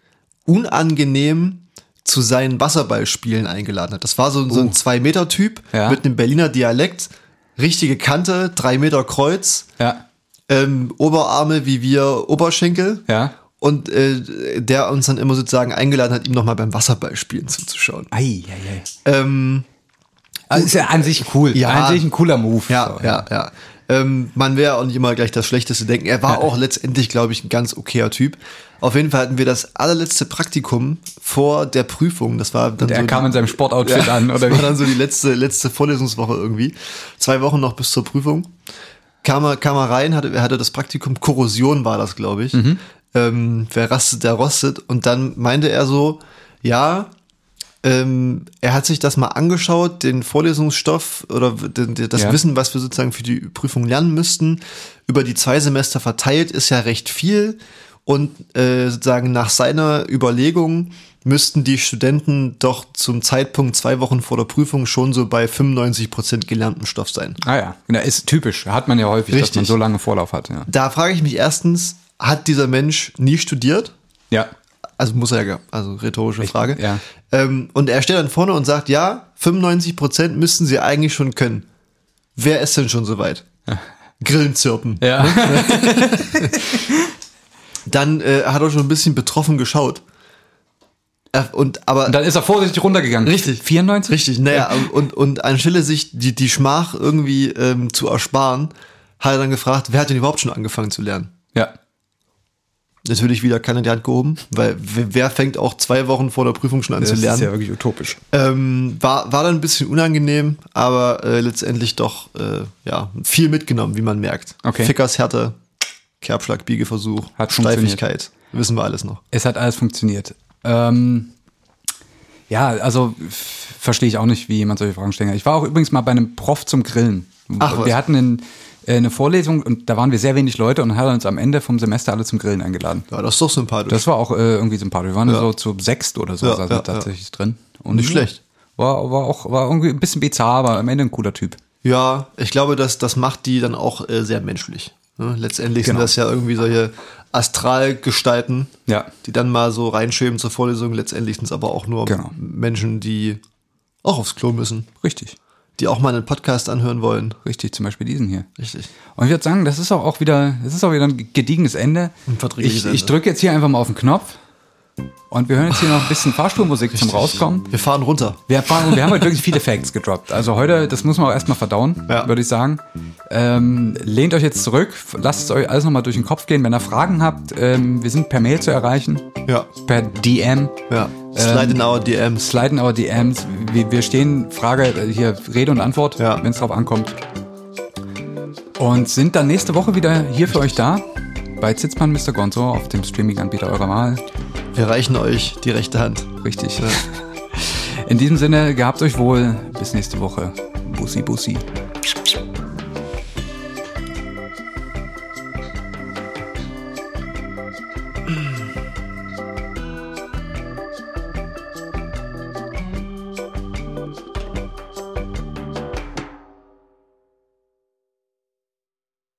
Speaker 3: unangenehm zu seinen Wasserballspielen eingeladen hat. Das war so, so ein Zwei-Meter-Typ
Speaker 2: Oh. Ja.
Speaker 3: mit einem Berliner Dialekt, richtige Kante, drei Meter Kreuz,
Speaker 2: Ja.
Speaker 3: ähm, Oberarme wie wir Oberschenkel.
Speaker 2: Ja.
Speaker 3: Und äh, der uns dann immer sozusagen eingeladen hat, ihm nochmal beim Wasserballspielen zuzuschauen.
Speaker 2: Ei, ei, ei.
Speaker 3: Ähm,
Speaker 2: Also ist ja an sich cool.
Speaker 3: Ja.
Speaker 2: An sich ein cooler Move.
Speaker 3: ja,
Speaker 2: So,
Speaker 3: ja, ja. Ähm, man wäre auch nicht immer gleich das Schlechteste denken. Er war auch letztendlich, glaube ich, ein ganz okayer Typ. Auf jeden Fall hatten wir das allerletzte Praktikum vor der Prüfung. Das war dann
Speaker 2: Der
Speaker 3: so
Speaker 2: kam
Speaker 3: die-
Speaker 2: in seinem Sportoutfit
Speaker 3: Ja,
Speaker 2: an, oder
Speaker 3: das war
Speaker 2: wie?
Speaker 3: dann so die letzte, letzte Vorlesungswoche irgendwie. Zwei Wochen noch bis zur Prüfung. Kam er, kam er rein, hatte, er hatte das Praktikum, Korrosion war das, glaube ich.
Speaker 2: Mhm.
Speaker 3: Ähm, wer rastet, der rostet. Und dann meinte er so, ja, ähm, er hat sich das mal angeschaut, den Vorlesungsstoff oder den, den, das
Speaker 2: Ja.
Speaker 3: Wissen, was wir sozusagen für die Prüfung lernen müssten, über die zwei Semester verteilt, ist ja recht viel. Und äh, sozusagen nach seiner Überlegung müssten die Studenten doch zum Zeitpunkt zwei Wochen vor der Prüfung schon so bei 95 Prozent gelerntem Stoff sein.
Speaker 2: Ah ja, genau, ist typisch. Hat man ja häufig, dass
Speaker 3: Richtig.
Speaker 2: man so lange Vorlauf hat. Ja.
Speaker 3: Da frage ich mich erstens, hat dieser Mensch nie studiert?
Speaker 2: ja.
Speaker 3: Also muss er ja, also rhetorische Frage.
Speaker 2: ja.
Speaker 3: Ähm, und er steht dann vorne und sagt, ja, 95 Prozent müssten sie eigentlich schon können. Wer ist denn schon soweit? Grillen zirpen.
Speaker 2: Ja.
Speaker 3: Dann äh, hat er schon ein bisschen betroffen geschaut. Äh, und aber
Speaker 2: Und dann ist er vorsichtig runtergegangen.
Speaker 3: Richtig.
Speaker 2: 94?
Speaker 3: richtig, naja, und, und anstelle sich die, die Schmach irgendwie ähm, zu ersparen, hat er dann gefragt, wer hat denn überhaupt schon angefangen zu lernen?
Speaker 2: Ja.
Speaker 3: Natürlich wieder keiner die Hand gehoben, weil wer wer fängt auch zwei Wochen vor der Prüfung schon an zu lernen?
Speaker 2: wirklich utopisch.
Speaker 3: Ähm, war, war dann ein bisschen unangenehm, aber äh, letztendlich doch äh, ja, viel mitgenommen, wie man merkt.
Speaker 2: Okay.
Speaker 3: Fickers Härte, Kerbschlag, Biegeversuch,
Speaker 2: Hat funktioniert.
Speaker 3: Steifigkeit, wissen wir alles noch.
Speaker 2: Es hat alles funktioniert. Ähm, ja, also f- verstehe ich auch nicht, wie jemand solche Fragen stellen kann. Ich war auch übrigens mal bei einem Prof zum Grillen.
Speaker 3: Ach was.
Speaker 2: Wir hatten einen, äh, eine Vorlesung und da waren wir sehr wenig Leute und hat uns am Ende vom Semester alle zum Grillen eingeladen.
Speaker 3: Ja, das ist doch sympathisch.
Speaker 2: Das war auch äh, irgendwie sympathisch. Wir waren so zu sechst oder so
Speaker 3: Ja,
Speaker 2: saßen wir
Speaker 3: ja, ja.
Speaker 2: tatsächlich drin. Und
Speaker 3: Nicht schlecht.
Speaker 2: War, war auch war irgendwie ein bisschen bizarr, aber am Ende ein cooler Typ.
Speaker 3: ja, ich glaube, das, das macht die dann auch äh, sehr menschlich. Ne? Letztendlich
Speaker 2: Genau.
Speaker 3: sind das ja irgendwie solche Astralgestalten,
Speaker 2: Ja.
Speaker 3: die dann mal so reinschämen zur Vorlesung. Letztendlich sind es aber auch nur
Speaker 2: Genau.
Speaker 3: Menschen, die auch aufs Klo müssen,
Speaker 2: Richtig.
Speaker 3: die auch mal einen Podcast anhören wollen.
Speaker 2: Richtig, zum Beispiel diesen hier.
Speaker 3: Richtig.
Speaker 2: Und ich würde sagen, das ist auch, auch wieder, das ist auch wieder ein gediegenes Ende.
Speaker 3: Ein verträgliches
Speaker 2: ich ich
Speaker 3: Ende.
Speaker 2: drücke jetzt hier einfach mal auf den Knopf und wir hören jetzt hier noch ein bisschen Fahrstuhlmusik zum Rauskommen.
Speaker 3: Wir fahren runter.
Speaker 2: Wir, erfahren, wir haben heute wirklich viele Facts gedroppt. Also heute, das muss man auch erstmal verdauen,
Speaker 3: Ja.
Speaker 2: würde ich sagen. Ähm, lehnt euch jetzt zurück, lasst es euch alles nochmal durch den Kopf gehen. Wenn ihr Fragen habt, ähm, wir sind per Mail zu erreichen,
Speaker 3: Ja.
Speaker 2: per DM.
Speaker 3: Ja. Slide in our DMs.
Speaker 2: Sliden aber DMs. Wir, wir stehen Frage, äh, hier Rede und Antwort,
Speaker 3: Ja.
Speaker 2: wenn es drauf ankommt. Und sind dann nächste Woche wieder hier für euch da bei Zitzmann Mr. Gonzo auf dem Streaming-Anbieter eurer Wahl.
Speaker 3: Wir reichen euch die rechte Hand.
Speaker 2: Richtig. In diesem Sinne, gehabt euch wohl. Bis nächste Woche. Bussi, bussi.